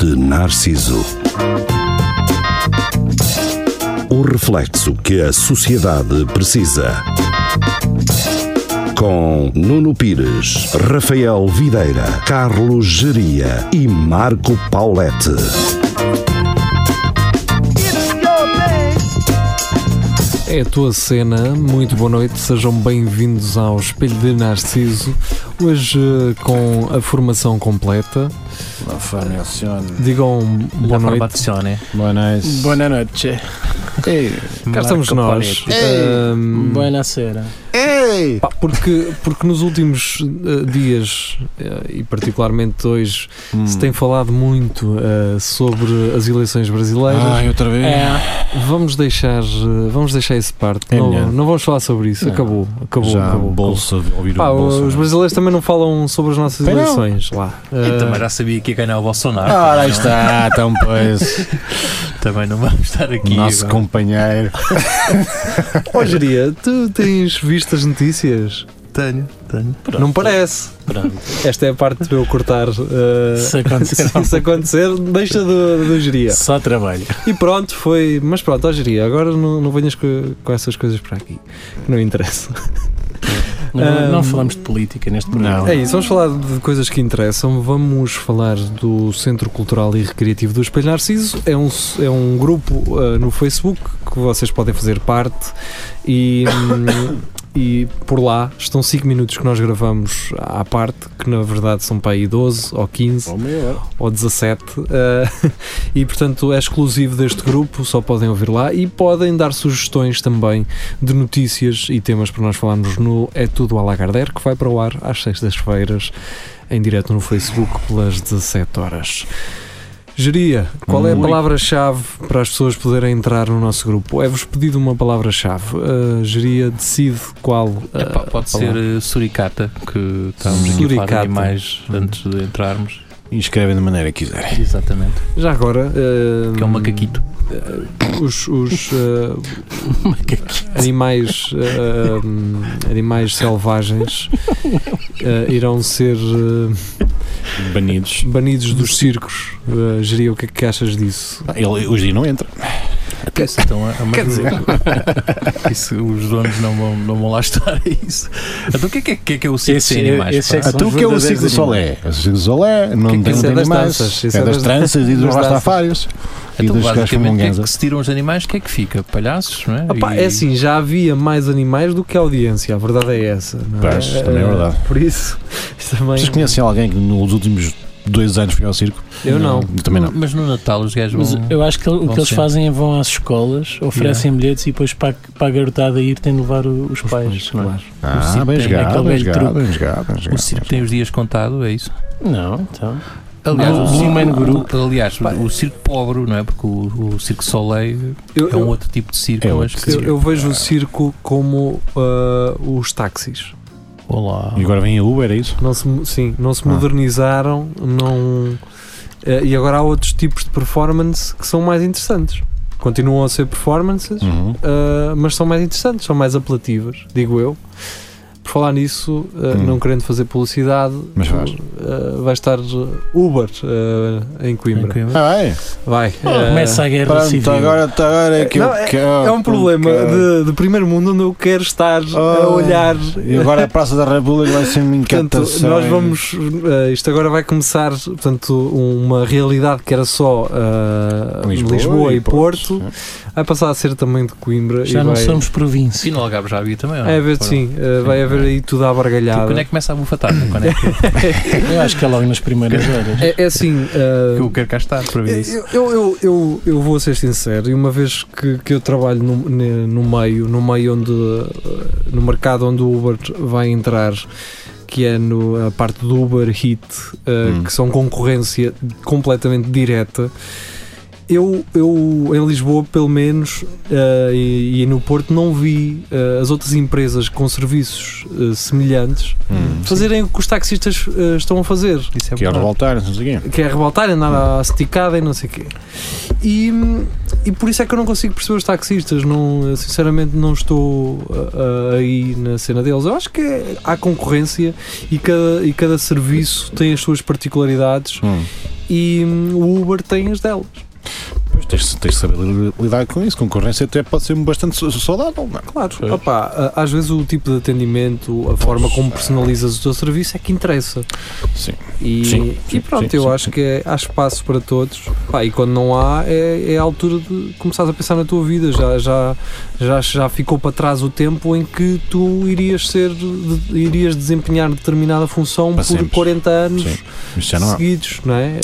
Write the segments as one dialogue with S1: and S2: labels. S1: de Narciso. O reflexo que a sociedade precisa. Com Nuno Pires, Rafael Videira, Carlos Geria e Marco Paulette.
S2: É a tua cena, muito boa noite, sejam bem-vindos ao Espelho de Narciso, hoje eh, com a formação completa.
S3: La formazione.
S2: Digam boa noite.
S4: né?
S3: Boa noite.
S5: Buonanotte.
S2: Cá estamos nós. Ahm,
S5: Buonasera.
S2: pá, porque, porque nos últimos eh, dias, eh, e particularmente hoje,
S3: Hum.
S2: se tem falado muito eh, sobre as eleições brasileiras. Eh,
S3: Ai, outra vez.
S5: É,
S2: Vamos deixar, eh, vamos deixar isso de parte.
S3: É
S2: não,
S3: melhor.
S2: não vamos falar sobre isso.
S3: Não.
S2: Acabou, acabou,
S3: Já
S2: acabou.
S3: bolsa de ouvir
S2: Pá,
S3: o bolsa.
S2: os brasileiros também não falam sobre as nossas
S3: Pois não.
S2: eleições lá.
S4: Eu
S2: Ah,
S4: também já sabia que ia ganhar o Bolsonaro.
S5: Ah,
S3: Ora, aí
S4: Não,
S3: está, tão pois.
S4: Também não vamos estar aqui.
S3: Nosso
S4: vá.
S3: companheiro.
S2: Ó, Jeria, tu tens visto as notícias?
S4: Tenho, tenho.
S2: Não parece. Esta é a parte de eu cortar. ah,
S5: se acontecer.
S2: se isso acontecer, deixa do, do Jeria.
S5: Só trabalho.
S2: E pronto, foi. Mas pronto, ó, Jeria, agora não, não venhas co- com, essas coisas para aqui. que Não interessa.
S5: Não, não
S2: Ahm,
S5: falamos de política neste
S3: Não.
S5: programa.
S2: É isso, vamos falar de coisas que interessam. Vamos falar do Centro Cultural e Recreativo do Espelho Narciso. É um, é um grupo ah, no Facebook que vocês podem fazer parte e, hum, e por lá estão 5 minutos que nós gravamos à parte, que na verdade são para aí 12 ou 15
S3: é.
S2: ou 17 ah, e portanto é exclusivo deste grupo, só podem ouvir lá e podem dar sugestões também de notícias e temas para nós falarmos no É Tudo Alagarder, que vai para o ar às sextas-feiras em direto no Facebook pelas 17 horas. Geria, qual é a
S3: Ui.
S2: palavra-chave para as pessoas poderem entrar no nosso grupo? É-vos pedido uma palavra-chave. Uh, geria, decide qual. uh,
S4: Epá, é pode ser
S2: palavra.
S4: eh, suricata, que estávamos aqui a falar de
S2: Suricata.
S4: animais antes de entrarmos.
S3: Inscrevem da maneira que quiserem.
S4: Exatamente.
S2: Já agora. uh,
S4: Que é um macaquito.
S2: uh, os os, uh,
S5: é
S2: animais, uh, um, animais selvagens uh, irão ser. uh,
S3: Banidos.
S2: banidos dos circos. Uh, Geria, o que é que achas disso?
S3: Ah, Ele, hoje dia não entra.
S4: Até se estão a, a isso, os donos não vão, não vão lá estar a isso. Então o que é que é, que é, que é o circo
S5: Esse-
S4: sem animais?
S5: esse é
S4: pá?
S5: São
S3: Então o
S5: os
S3: que é o
S5: verdadeiros
S3: Circo do Solé? O Circo do Solé não
S2: Que é que
S3: tem
S2: isso é
S3: não tem
S2: das
S3: animais.
S2: danças, isso
S3: É
S2: é
S3: das
S2: das-
S3: tranças e dos
S2: das danças.
S3: rastafários. E
S4: Então,
S3: dos gajos
S4: basicamente, o que é
S3: fumunganza.
S4: que se tiram os animais? O que é que fica? Palhaços, não é?
S2: Ah pá,
S4: E-
S2: é assim, já havia mais animais do que audiência, a verdade é essa. não
S3: Pois, também é
S2: Uh,
S3: verdade.
S2: Por isso, isso também.
S3: Vocês conhecem alguém que nos últimos dois anos foi ao circo?
S2: Eu não.
S3: Eu também não.
S4: Mas no Natal os gajos
S5: Mas
S4: vão.
S5: eu acho que o
S4: Bom
S5: que eles
S4: sim.
S5: fazem é vão às escolas, oferecem bilhetes e depois para, para a garotada ir tem de levar o- os,
S2: Os
S5: pais.
S2: pais,
S5: não é?
S2: claro.
S3: Ah,
S5: circo
S3: bem
S5: tem
S3: jogado,
S5: aquele
S3: bem
S5: velho
S3: jogado,
S5: truque.
S3: bem jogado, bem
S4: O
S3: jogado.
S4: circo tem os dias contado, é isso?
S5: Não, então.
S4: Aliás,
S5: Ah,
S4: o,
S5: o
S4: circo-
S5: Human Group.
S4: aliás, o, o circo pobre, não é? Porque o, o circo Soleil
S2: Eu,
S4: é um
S2: eu,
S4: outro tipo de circo,
S3: É
S4: mas
S3: outro
S4: que.
S2: eu- eu vejo o circo como uh, os táxis.
S4: Olá.
S3: E agora vem a Uber, é isso?
S2: Não se, mu- sim, não se
S3: Ah.
S2: modernizaram, não. uh, e agora há outros tipos de performance que são mais interessantes. Continuam a ser performances,
S3: Uhum.
S2: Uh, mas são mais interessantes, são mais apelativas, digo eu. Por falar nisso, uh,
S3: Hum.
S2: não querendo fazer publicidade,
S3: Mas faz.
S2: uh, vai estar Uber uh, em Coimbra.
S3: Ah, bem.
S2: Vai. uh,
S5: Começa a guerra
S3: Pronto,
S5: civil.
S3: agora, agora é que
S2: Não,
S3: eu
S2: é-
S3: quero.
S2: é um problema de, de primeiro mundo onde eu quero estar a
S3: Oh.
S2: olhar.
S3: E agora a Praça da República vai ser uma
S2: Portanto,
S3: encantação.
S2: nós vamos. uh, isto agora vai começar portanto, uma realidade que era só uh, Lisboa, e Porto, vai passar a ser também de Coimbra.
S5: Já
S2: e
S5: não
S2: vai,
S5: somos província.
S4: Sim, no Algarve já havia também. ou não?
S2: É, ver,
S4: Foram.
S2: sim, uh, vai haver aí tudo à
S4: Então,
S2: bargalhada.
S4: Quando é que começa a bufatar? Quando é que
S5: Eu acho que é logo nas primeiras horas.
S2: É, é assim. ah,
S4: eu quero cá estar para ver isso?
S2: eu, eu, eu, eu, eu vou ser sincero, e uma vez que, que eu trabalho no, ne- no meio, no meio onde ah, no mercado onde o Uber vai entrar, que é no, a parte do Uber Hit, ah,
S3: Hum.
S2: que são concorrência completamente direta. Eu, eu em Lisboa, pelo menos, ah, e, e no Porto, não vi ah, as outras empresas com serviços ah, semelhantes
S3: Hum.
S2: fazerem o que os taxistas ah, estão a fazer
S4: Isso é
S3: Quero
S4: verdade.
S3: revoltar, não sei o quê.
S2: que é revoltar, andar esticada e não sei o quê. E, e por isso é que eu não consigo perceber os taxistas. Não, eu sinceramente, não estou ah, ah, aí na cena deles. Eu acho que é- há concorrência e cada, e cada serviço tem as suas particularidades.
S3: Hum.
S2: e hum, o Uber tem as delas.
S3: Pois tens, tens de saber li- lidar com isso. Concorrência até pode ser bastante sa- saudável, não é?
S2: Claro, opá, a- às vezes o tipo de atendimento, a forma como personalizas o teu serviço é que interessa.
S3: Sim.
S2: E,
S3: Sim,
S2: e pronto,
S3: sim,
S2: eu
S3: sim,
S2: acho que é- há espaço para todos. Pá, e quando não há, é, é a altura de começares a pensar na tua vida. Já, já, já, já ficou para trás o tempo em que tu irias ser, de- irias desempenhar determinada função
S3: Para
S2: por
S3: sempre.
S2: 40 anos
S3: Sim. Isto já não há.
S2: seguidos, não é?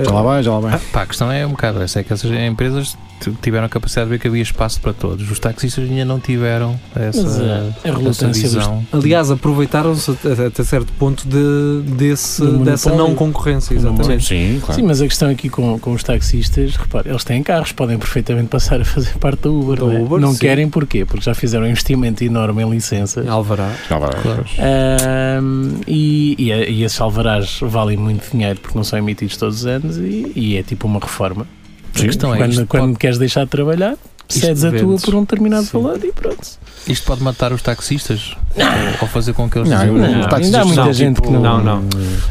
S2: Ah,
S3: Já lá vai, já lá vai.
S4: Ah, pá, a questão é um bocado essa, é que essas empresas t- tiveram a capacidade de ver que havia espaço para todos. Os taxistas ainda não tiveram essa,
S5: Mas a- a
S4: essa
S5: relutância dos-
S4: visão.
S2: eh, Aliás, aproveitaram-se até- até certo ponto de, desse,
S5: Do
S2: dessa
S5: monopólio.
S2: não concorrência,
S5: Do
S2: exatamente.
S3: Sim, claro.
S5: Sim, mas a questão aqui com, com os taxistas, repare, eles têm carros, podem perfeitamente passar a fazer parte da Uber.
S2: Da
S5: não é?
S2: Uber,
S5: não
S2: sim.
S5: querem porquê? Porque já fizeram um investimento enorme em licenças.
S2: Alvará.
S3: Já lá vai.
S4: Claro.
S5: É. Ahm, e, e, a- e esses alvarás valem muito dinheiro porque não são emitidos todos os anos e, e é tipo uma reforma.
S4: A questão é,
S5: quando
S4: isto,
S5: quando
S4: pode,
S5: queres deixar de trabalhar,
S2: Isto
S5: cedes a tua
S2: vendes.
S5: por um determinado
S2: Sim.
S5: valor e pronto.
S4: isto pode matar os taxistas? Ou, ou fazer com que eles...
S3: Não,
S4: desenvolvam-
S3: eu- os
S5: Não,
S3: taxistas
S5: ainda há muita
S3: são
S5: gente que não.
S2: Não, não.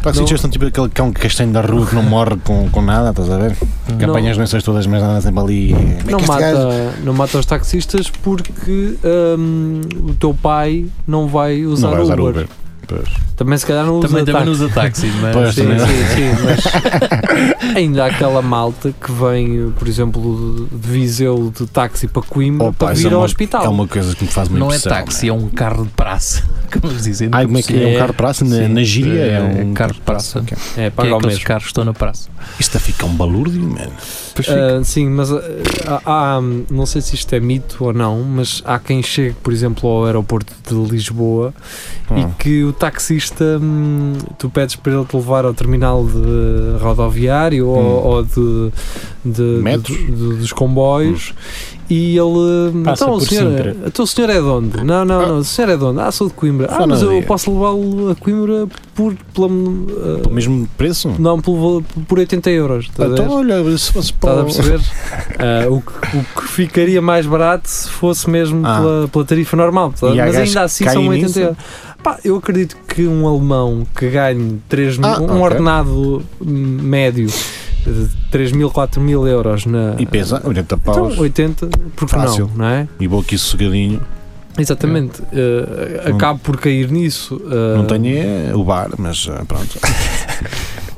S3: Taxistas são tipo aquele cão castanho da rua que não morre com, com nada, estás a ver? Que
S2: Não.
S3: apanha as doenças todas, mas anda sempre ali. Como é que
S2: Não
S3: este gajo-
S2: mata, não mata os taxistas porque hum, o teu pai não vai usar,
S3: Não vai usar Uber.
S2: Também se calhar não usa
S4: Também, também não
S2: táxi.
S4: usa né? táxi, mas... é,
S3: Pois,
S2: Sim,
S3: também não.
S2: sim, sim, mas ainda há aquela malta que vem, por exemplo, de Viseu de táxi para Coimbra
S3: Oh, pá,
S2: para
S3: isso
S2: vir
S3: é
S2: ao
S3: uma-
S2: hospital.
S3: É uma coisa que me faz muito
S4: Não é táxi, é um carro de praça. Como eles dizem.
S3: Ai, como é que é?
S2: É,
S3: um carro de praça?
S4: sim.
S3: Na, na gíria é,
S4: É
S3: um
S4: carro de praça.
S3: Ok.
S2: É,
S4: Que
S2: paga
S4: é
S2: ao
S4: aqueles
S2: mesmo.
S4: carros que estão na praça.
S3: Isto fica um balúrdio, mano.
S2: Ah, sim, mas ah, há, há- não sei se isto é mito ou não, mas há quem chegue, por exemplo, ao aeroporto de Lisboa
S3: Hum.
S2: e que o taxista hum, tu pedes para ele te levar ao terminal de rodoviário ou,
S3: Hum.
S2: ou de, de-
S3: Metros?
S2: de- de- dos comboios e ele hum,
S5: Passa
S2: então o
S5: por
S2: senhor,
S5: Sintra."
S2: então o senhor é de onde? Não, não,
S3: Ah.
S2: não, o senhor é de onde? Ah, sou de Coimbra.
S3: Só
S2: Ah, mas
S3: na
S2: eu
S3: via.
S2: posso levá-lo a Coimbra por pela, ah,
S3: Pelo mesmo preço?
S2: não, pelo- por 80 euros. estás a ver?
S3: Então, olha, se
S2: Estás
S3: fosse para.
S2: a
S3: o-
S2: perceber? Ah, o, que, o que ficaria mais barato se fosse mesmo
S3: Ah.
S2: pela, pela tarifa normal. tá?
S3: E há
S2: Mas
S3: gajos
S2: ainda assim
S3: que
S2: são
S3: caem
S2: 80
S3: nisso?
S2: euros. Pá, eu acredito que um alemão que ganhe 3 mil,
S3: Ah,
S2: um
S3: ok.
S2: ordenado hum, médio de 3 mil, 4 mil euros na.
S3: E pensa, 80
S2: então,
S3: paus.
S2: 80, porque
S3: Fácil.
S2: não, não é?
S3: E vou aqui sossegadinho.
S2: Exatamente. Ah,
S3: Não-
S2: acabo por cair nisso. ah,
S3: É. Hum. Não tenho é, o bar, mas ah, pronto.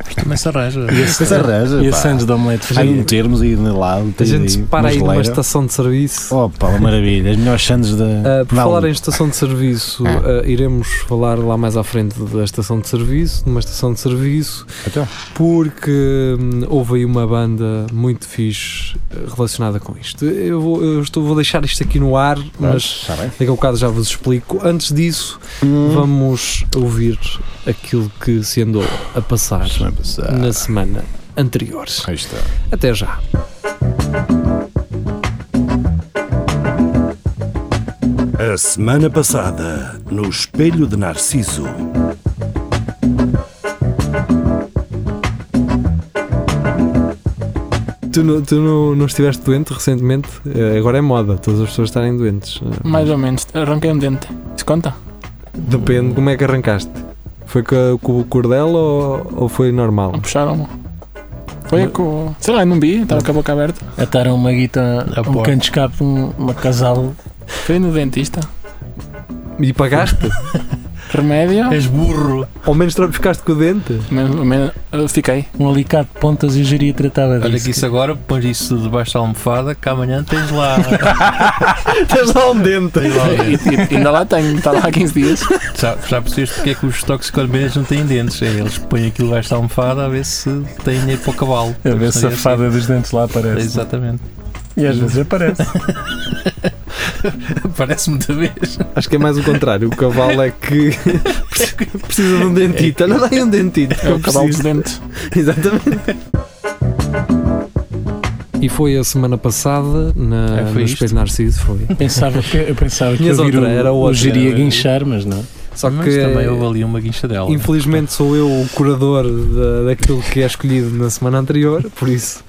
S4: Mas também se arranja.
S5: E esse,
S3: Mas arranja.
S5: e
S3: pá.
S5: esse Santos de Omelete
S3: Há um
S5: frio.
S3: termos aí de lado.
S2: Ah, a
S3: tem
S2: gente se para aí numa
S3: geleira.
S2: estação de serviço.
S3: Opa, uma maravilha. As melhores sandes da.
S2: Uh, por
S3: da
S2: falar
S3: Alu.
S2: em estação de serviço,
S3: Ah.
S2: uh, iremos falar lá mais à frente da estação de serviço, numa estação de serviço,
S3: Então,
S2: porque hum, houve aí uma banda muito fixe uh, relacionada com isto. Eu vou, eu estou, vou deixar isto aqui no ar, mas
S3: está bem. Hum.
S2: daqui a bocado já vos explico. Antes disso, vamos ouvir aquilo que se andou a passar
S3: Semana passada.
S2: na semana anterior.
S3: é Aí está.
S2: Até já.
S1: A semana passada, no Espelho de Narciso.
S2: Tu, não- tu não, não estiveste doente recentemente? Uh, agora é moda, todas as pessoas estarem doentes. Uh,
S6: Mais ou menos, arranquei um dente. Isso conta?
S2: Depende como é que arrancaste. Foi co- com, o cordel ou, ou foi normal?
S6: Puxaram. Foi com. Sei lá, não vi, estava com a boca aberta.
S5: Ataram uma guita,
S4: A
S5: um
S4: porta.
S5: canto de escape, um, uma casal.
S6: Fui no dentista.
S2: E pagaste?
S6: Remédio,
S4: És burro.
S2: Ao menos tra- ficaste com o dente?
S6: mas- mas- eu fiquei.
S5: Um alicate de pontas e o geria tratava
S4: Olha que
S5: disso.
S4: isso agora, pões isso debaixo da almofada, que amanhã tens lá.
S2: Tens lá um dente!
S4: tens lá o
S6: E,
S4: dente.
S6: e- ainda lá tenho, está lá há 15 dias.
S4: já, já percebes porque é que os toxicolminas não têm dentes? É, eles põem aquilo debaixo da almofada a ver se têm dinheiro para o cavalo.
S5: A ver se a fada é dos dentes lá aparece.
S4: Exatamente.
S5: E às vezes aparece.
S4: Parece muita vez.
S2: Acho que é mais o contrário. O cavalo é que precisa de um dentito. Olha lá aí um dentito. que
S6: É
S2: eu
S6: o cavalo dos
S2: preciso.
S6: dentes.
S2: Exatamente. E foi a semana passada na,
S4: É,
S2: no
S4: foi isto?
S2: Espelho Narciso, foi.
S5: Pensava que, eu pensava que
S2: Tinhas
S5: eu
S2: outra, era
S5: vira o,
S2: outra.
S5: o geria guinchar, mas não.
S2: Só
S4: Mas
S2: que
S4: também houve ali uma guincha dela.
S2: Infelizmente sou eu o curador da, daquilo que é escolhido na semana anterior, por isso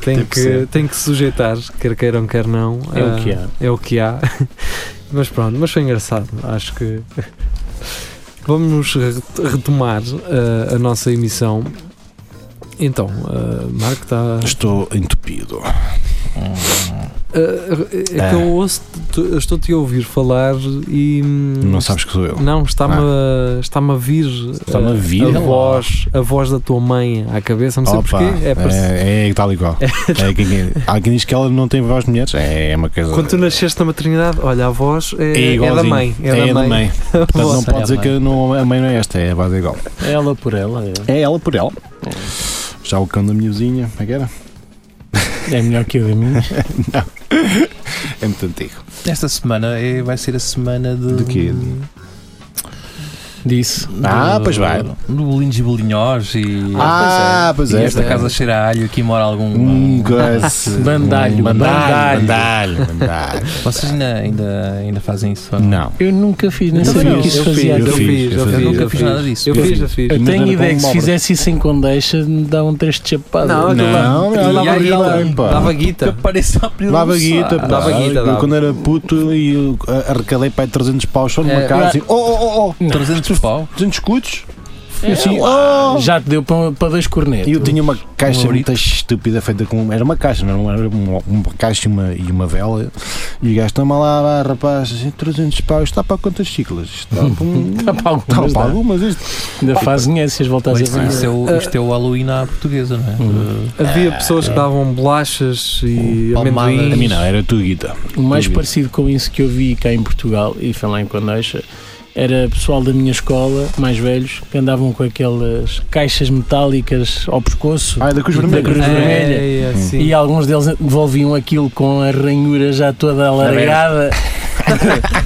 S2: tenho
S4: Tem que
S2: que,
S4: ser.
S2: tenho que sujeitar, quer queiram, quer não.
S5: É o
S2: Ah,
S5: que há.
S2: É o que há. Mas pronto, mas foi engraçado, acho que. Vamos re- retomar ah, a nossa emissão Então, ah, Marco está.
S3: Estou entupido.
S2: Ah, é que eu ouço, eu estou-te a ouvir falar e. hum,
S3: Não sabes que sou eu.
S2: Não, está-me a, está a vir.
S3: Está-me a
S2: ah,
S3: vir?
S2: A voz, a voz da tua mãe à cabeça, não sei
S3: Opa,
S2: porquê. É, parecido.
S3: é, é tal e qual. É quem- há quem diz que ela não tem voz de mulheres. É uma coisa.
S2: Quando tu nasceste na maternidade, olha, a voz é, é da
S3: igualzinho.
S2: mãe. É, da mãe.
S3: Portanto, não
S5: Voz é
S3: pode
S5: a
S3: dizer
S5: mãe.
S3: que não, a mãe não é esta, é a voz é igual.
S5: Ela por ela.
S3: É ela por ela. Já o cão da minha vizinha, como é que era?
S5: É, é melhor que eu da minha.
S3: É muito antigo.
S4: Esta semana é- vai ser a semana de.
S3: De quê?
S5: Disse.
S3: Ah,
S4: do-
S3: pois vai.
S4: Do bolinhos e bolinhós e.
S3: Ah, pois é.
S4: e esta casa um cheira a alho, aqui mora algum.
S3: Hum, coisa.
S5: Bandalho,
S3: bandalho,
S5: bandalho.
S3: bandalho, bandalho.
S4: Vocês ainda, ainda, ainda fazem isso? ou
S3: Não.
S5: Eu nunca fiz, nem
S3: Eu
S5: sabia
S3: fiz,
S5: que Então isso
S3: eu
S5: fazia
S2: Eu
S3: fiz, eu
S5: aquilo.
S2: fiz, eu
S3: fiz,
S2: fiz.
S4: nunca
S2: eu
S4: fiz
S2: fiz.
S4: nada disso.
S2: Eu
S4: Eu
S2: fiz,
S3: fiz.
S2: já fiz.
S5: Eu
S3: Não
S5: tenho
S3: era
S5: ideia
S3: como
S5: que
S3: uma
S5: se
S3: obra.
S5: fizesse isso em Condeixa me dá um trecho de chapada.
S2: Não, aquilo
S3: Não,
S2: dá- dava
S3: eu dava
S2: guita,
S3: guita, pá.
S2: Dava guita.
S4: Parece uma pila
S5: um
S3: Lava
S4: almoçar.
S3: guita, pá.
S2: Dava guita,
S3: Eu
S2: dava.
S3: quando era puto e eu arrecadei para aí 300 paus só numa
S4: É,
S3: casa
S4: eu-
S3: assim, oh, oh, oh, oh,
S4: 300 pau.
S3: 200 escudos? E
S5: É,
S3: assim, oh!
S5: Já te deu para, para dois cornetos.
S3: E eu tinha uma caixa
S4: Maurito.
S3: muito estúpida feita com. Era uma caixa, não era? era uma, uma caixa e uma, e uma vela. E o gajo toma lá, vá, rapaz, 300 paus, está para quantas chiclas? Está para, um,
S5: Dá para
S3: está
S5: algumas.
S3: para
S5: dá.
S3: algumas. Isto.
S5: Tá Ainda faz dinheiro se as voltares a
S4: Isto,
S5: ver.
S4: isto é o, isto é o Halloween à portuguesa, não é?
S3: Uhum.
S2: Havia pessoas que davam bolachas e
S4: Palmadas.
S2: amendoins.
S4: A mim não,
S3: era tu, Guita.
S5: O mais
S3: Duvido.
S5: parecido com isso que eu vi cá em Portugal, e foi lá em Condeixa, era pessoal da minha escola, mais velhos, que andavam com aquelas caixas metálicas ao pescoço.
S3: Ah, é da Cruz
S5: Da
S3: Vermelha.
S5: Cruz Vermelha.
S2: É, é, sim.
S5: E alguns deles devolviam aquilo com a ranhura já toda alargada.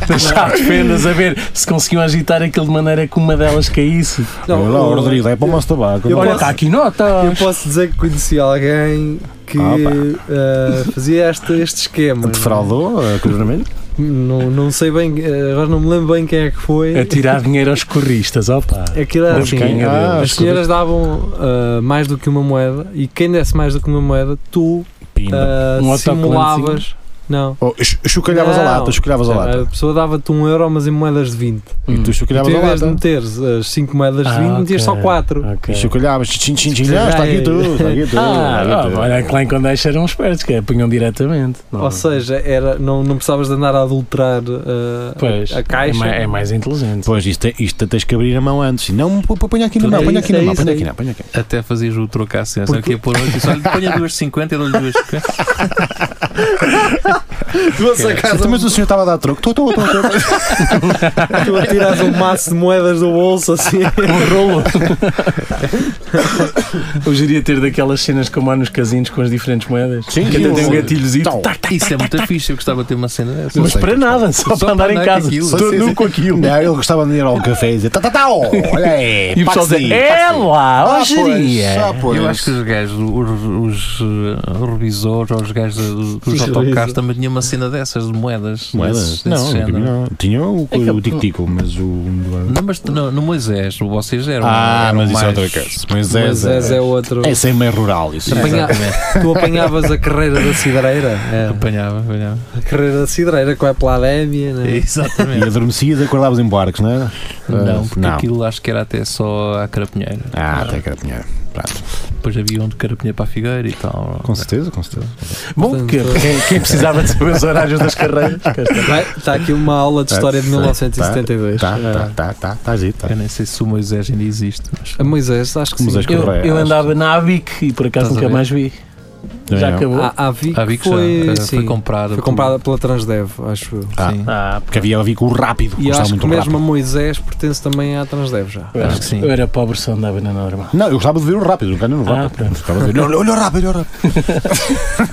S5: Deixar as fendas a ver se conseguiam agitar aquilo de maneira que uma delas caísse.
S2: Não,
S3: Olha lá,
S2: eu-
S3: Rodrigo, é para o nosso tabaco.
S2: Eu
S5: Olha,
S2: posso-
S5: está aqui nota!
S2: Eu posso dizer que conheci alguém que eh, fazia este, este esquema.
S3: Defraudou é? a Cruz Vermelha?
S2: Não, não sei bem, eh, agora não me lembro bem quem é que foi.
S5: A tirar dinheiro aos corristas, opa!
S2: Aquilo era
S5: Da
S2: assim.
S5: boquinha
S3: Ah,
S5: deles.
S2: As senhoras davam ah, mais do que uma moeda e quem desse mais do que uma moeda, tu ah,
S5: Um
S2: simulavas. Não.
S3: Oh, chu- chocalhavas a
S2: Não. Ah,
S3: lata, chocalhavas a lata.
S2: A pessoa dava-te um euro, mas em moedas de 20.
S3: E tu
S2: Tu,
S3: chocalhavas
S2: em
S3: a
S2: vez de
S3: lata.
S2: meteres as 5 moedas de
S5: Ah,
S2: 20, metias só
S5: ok. Ah,
S2: 4.
S5: Ok.
S3: E chocalhavas, tchim, tchim, tchim, ah, está aqui tu, está aqui tu. está
S5: Ah,
S3: aqui tu.
S5: ah, olha que lá em Condeixa eram espertos, que apanham diretamente. Não. é?
S2: Ou seja, era, não, não precisavas de andar a adulterar ah,
S5: Pois,
S2: a caixa.
S5: É mais, é mais inteligente.
S3: Pois, isto, é- isto tens que abrir a mão antes. Não, pô, pô, ponha aqui na
S2: Tudo
S3: mão,
S2: é
S3: ponha
S2: isso,
S3: aqui na
S2: é
S3: mão,
S2: isso,
S3: ponha
S2: é
S3: aqui na mão, ponha aqui na
S4: Eh, Até fazias o trocar a senso. Aqui a pôr oito e só lhe ponha 2,50 e dou-lhe 2,50.
S3: mão. Mas o senhor estava a dar troco. Estou, estou, estou, estou.
S2: Tu atiras um maço de moedas do bolso assim.
S5: Um rolo. Eu iria ter daquelas cenas como há nos casinos com as diferentes moedas.
S3: Sim,
S5: que até
S3: sim,
S5: tem um
S3: sim.
S5: gatilhozinho.
S3: Tal.
S5: Tac, tac.
S4: Isso é muito fixe. Eu gostava de ter uma cena dessa.
S5: Mas para nada, só,
S4: Só tá
S5: para andar
S4: para
S5: em
S4: andar com
S5: casa.
S4: aquilo.
S5: Estou
S3: Sim,
S5: nu
S3: sim.
S5: com aquilo.
S3: Não, ele gostava de ir ao café e dizer: tá, tá, tá, ó, olha aí.
S5: E o pessoal
S3: passe aí,
S5: diz: É
S3: passe aí."
S5: lá,
S3: Ah, pois,
S5: hojeria.
S3: ah, pois.
S4: Eu acho que os gajos, os, os, eh, revisores ou os gajos do- dos
S2: Sim,
S4: autocarros
S2: revisa.
S4: também tinham uma cena dessas, de moedas.
S3: Moedas?
S4: desse- desse
S3: Não,
S4: género.
S3: não. Tinha o,
S5: É que-
S3: o tic-tico, mas o.
S4: Não, mas no, no Moisés, vocês eram.
S3: Ah,
S4: eram
S3: mas isso é
S4: um- mais-
S3: outra coisa. Mas é.
S2: Mas és é outro.
S3: É sem meio rural, isso.
S2: Apanha- tu apanhavas a carreira da cidreira. É.
S4: Apanhava, apanhava. É,
S2: A carreira da cidreira que vai pela Adémia, né?
S4: Exatamente.
S3: E adormecias e acordavas em barcos, não era? Ah,
S4: Não, porque
S3: Não.
S4: aquilo acho que era até só a carapinheira.
S3: Ah, até que era dinheiro.
S4: Depois havia um de carapinheira para a figueira e tal.
S3: Com certeza, com certeza.
S5: Bom, que- quem, quem precisava de saber os horários das carreiras? cá está.
S2: Está tá aqui uma aula de história de
S3: Tá,
S2: 1972.
S3: Tá,
S2: É.
S3: tá, tá, tá, tá, giro, tá.
S4: Eu nem sei se o Moisés ainda existe. Mas...
S2: A Moisés, acho que sim.
S3: Moisés
S5: Eu,
S3: Correia,
S5: eu
S3: acho.
S5: andava na ABIC e por acaso
S4: Estás a
S5: nunca
S4: ver?
S5: mais vi. Ah. Já
S3: Não.
S5: acabou.
S2: A, a Vic
S4: A Vic já,
S2: foi,
S4: eh,
S2: sim,
S4: foi comprada.
S2: foi comprada pela Transdev, acho eu.
S4: Por...
S3: Ah.
S4: Sim.
S5: Ah,
S3: Porque havia vi com o rápido,
S2: E
S3: gostava
S2: acho que
S3: muito do
S2: mesmo
S3: rápido.
S2: a Moisés pertence também à Transdev já.
S5: eu
S4: acho que sim.
S5: Eu era pobre, só andava na norma.
S3: Não, eu gostava de ver o rápido, nunca andei no
S5: Ah,
S3: rápido.
S5: pronto.
S3: Gostava de ver. Olha olha o rápido, olha o rápido.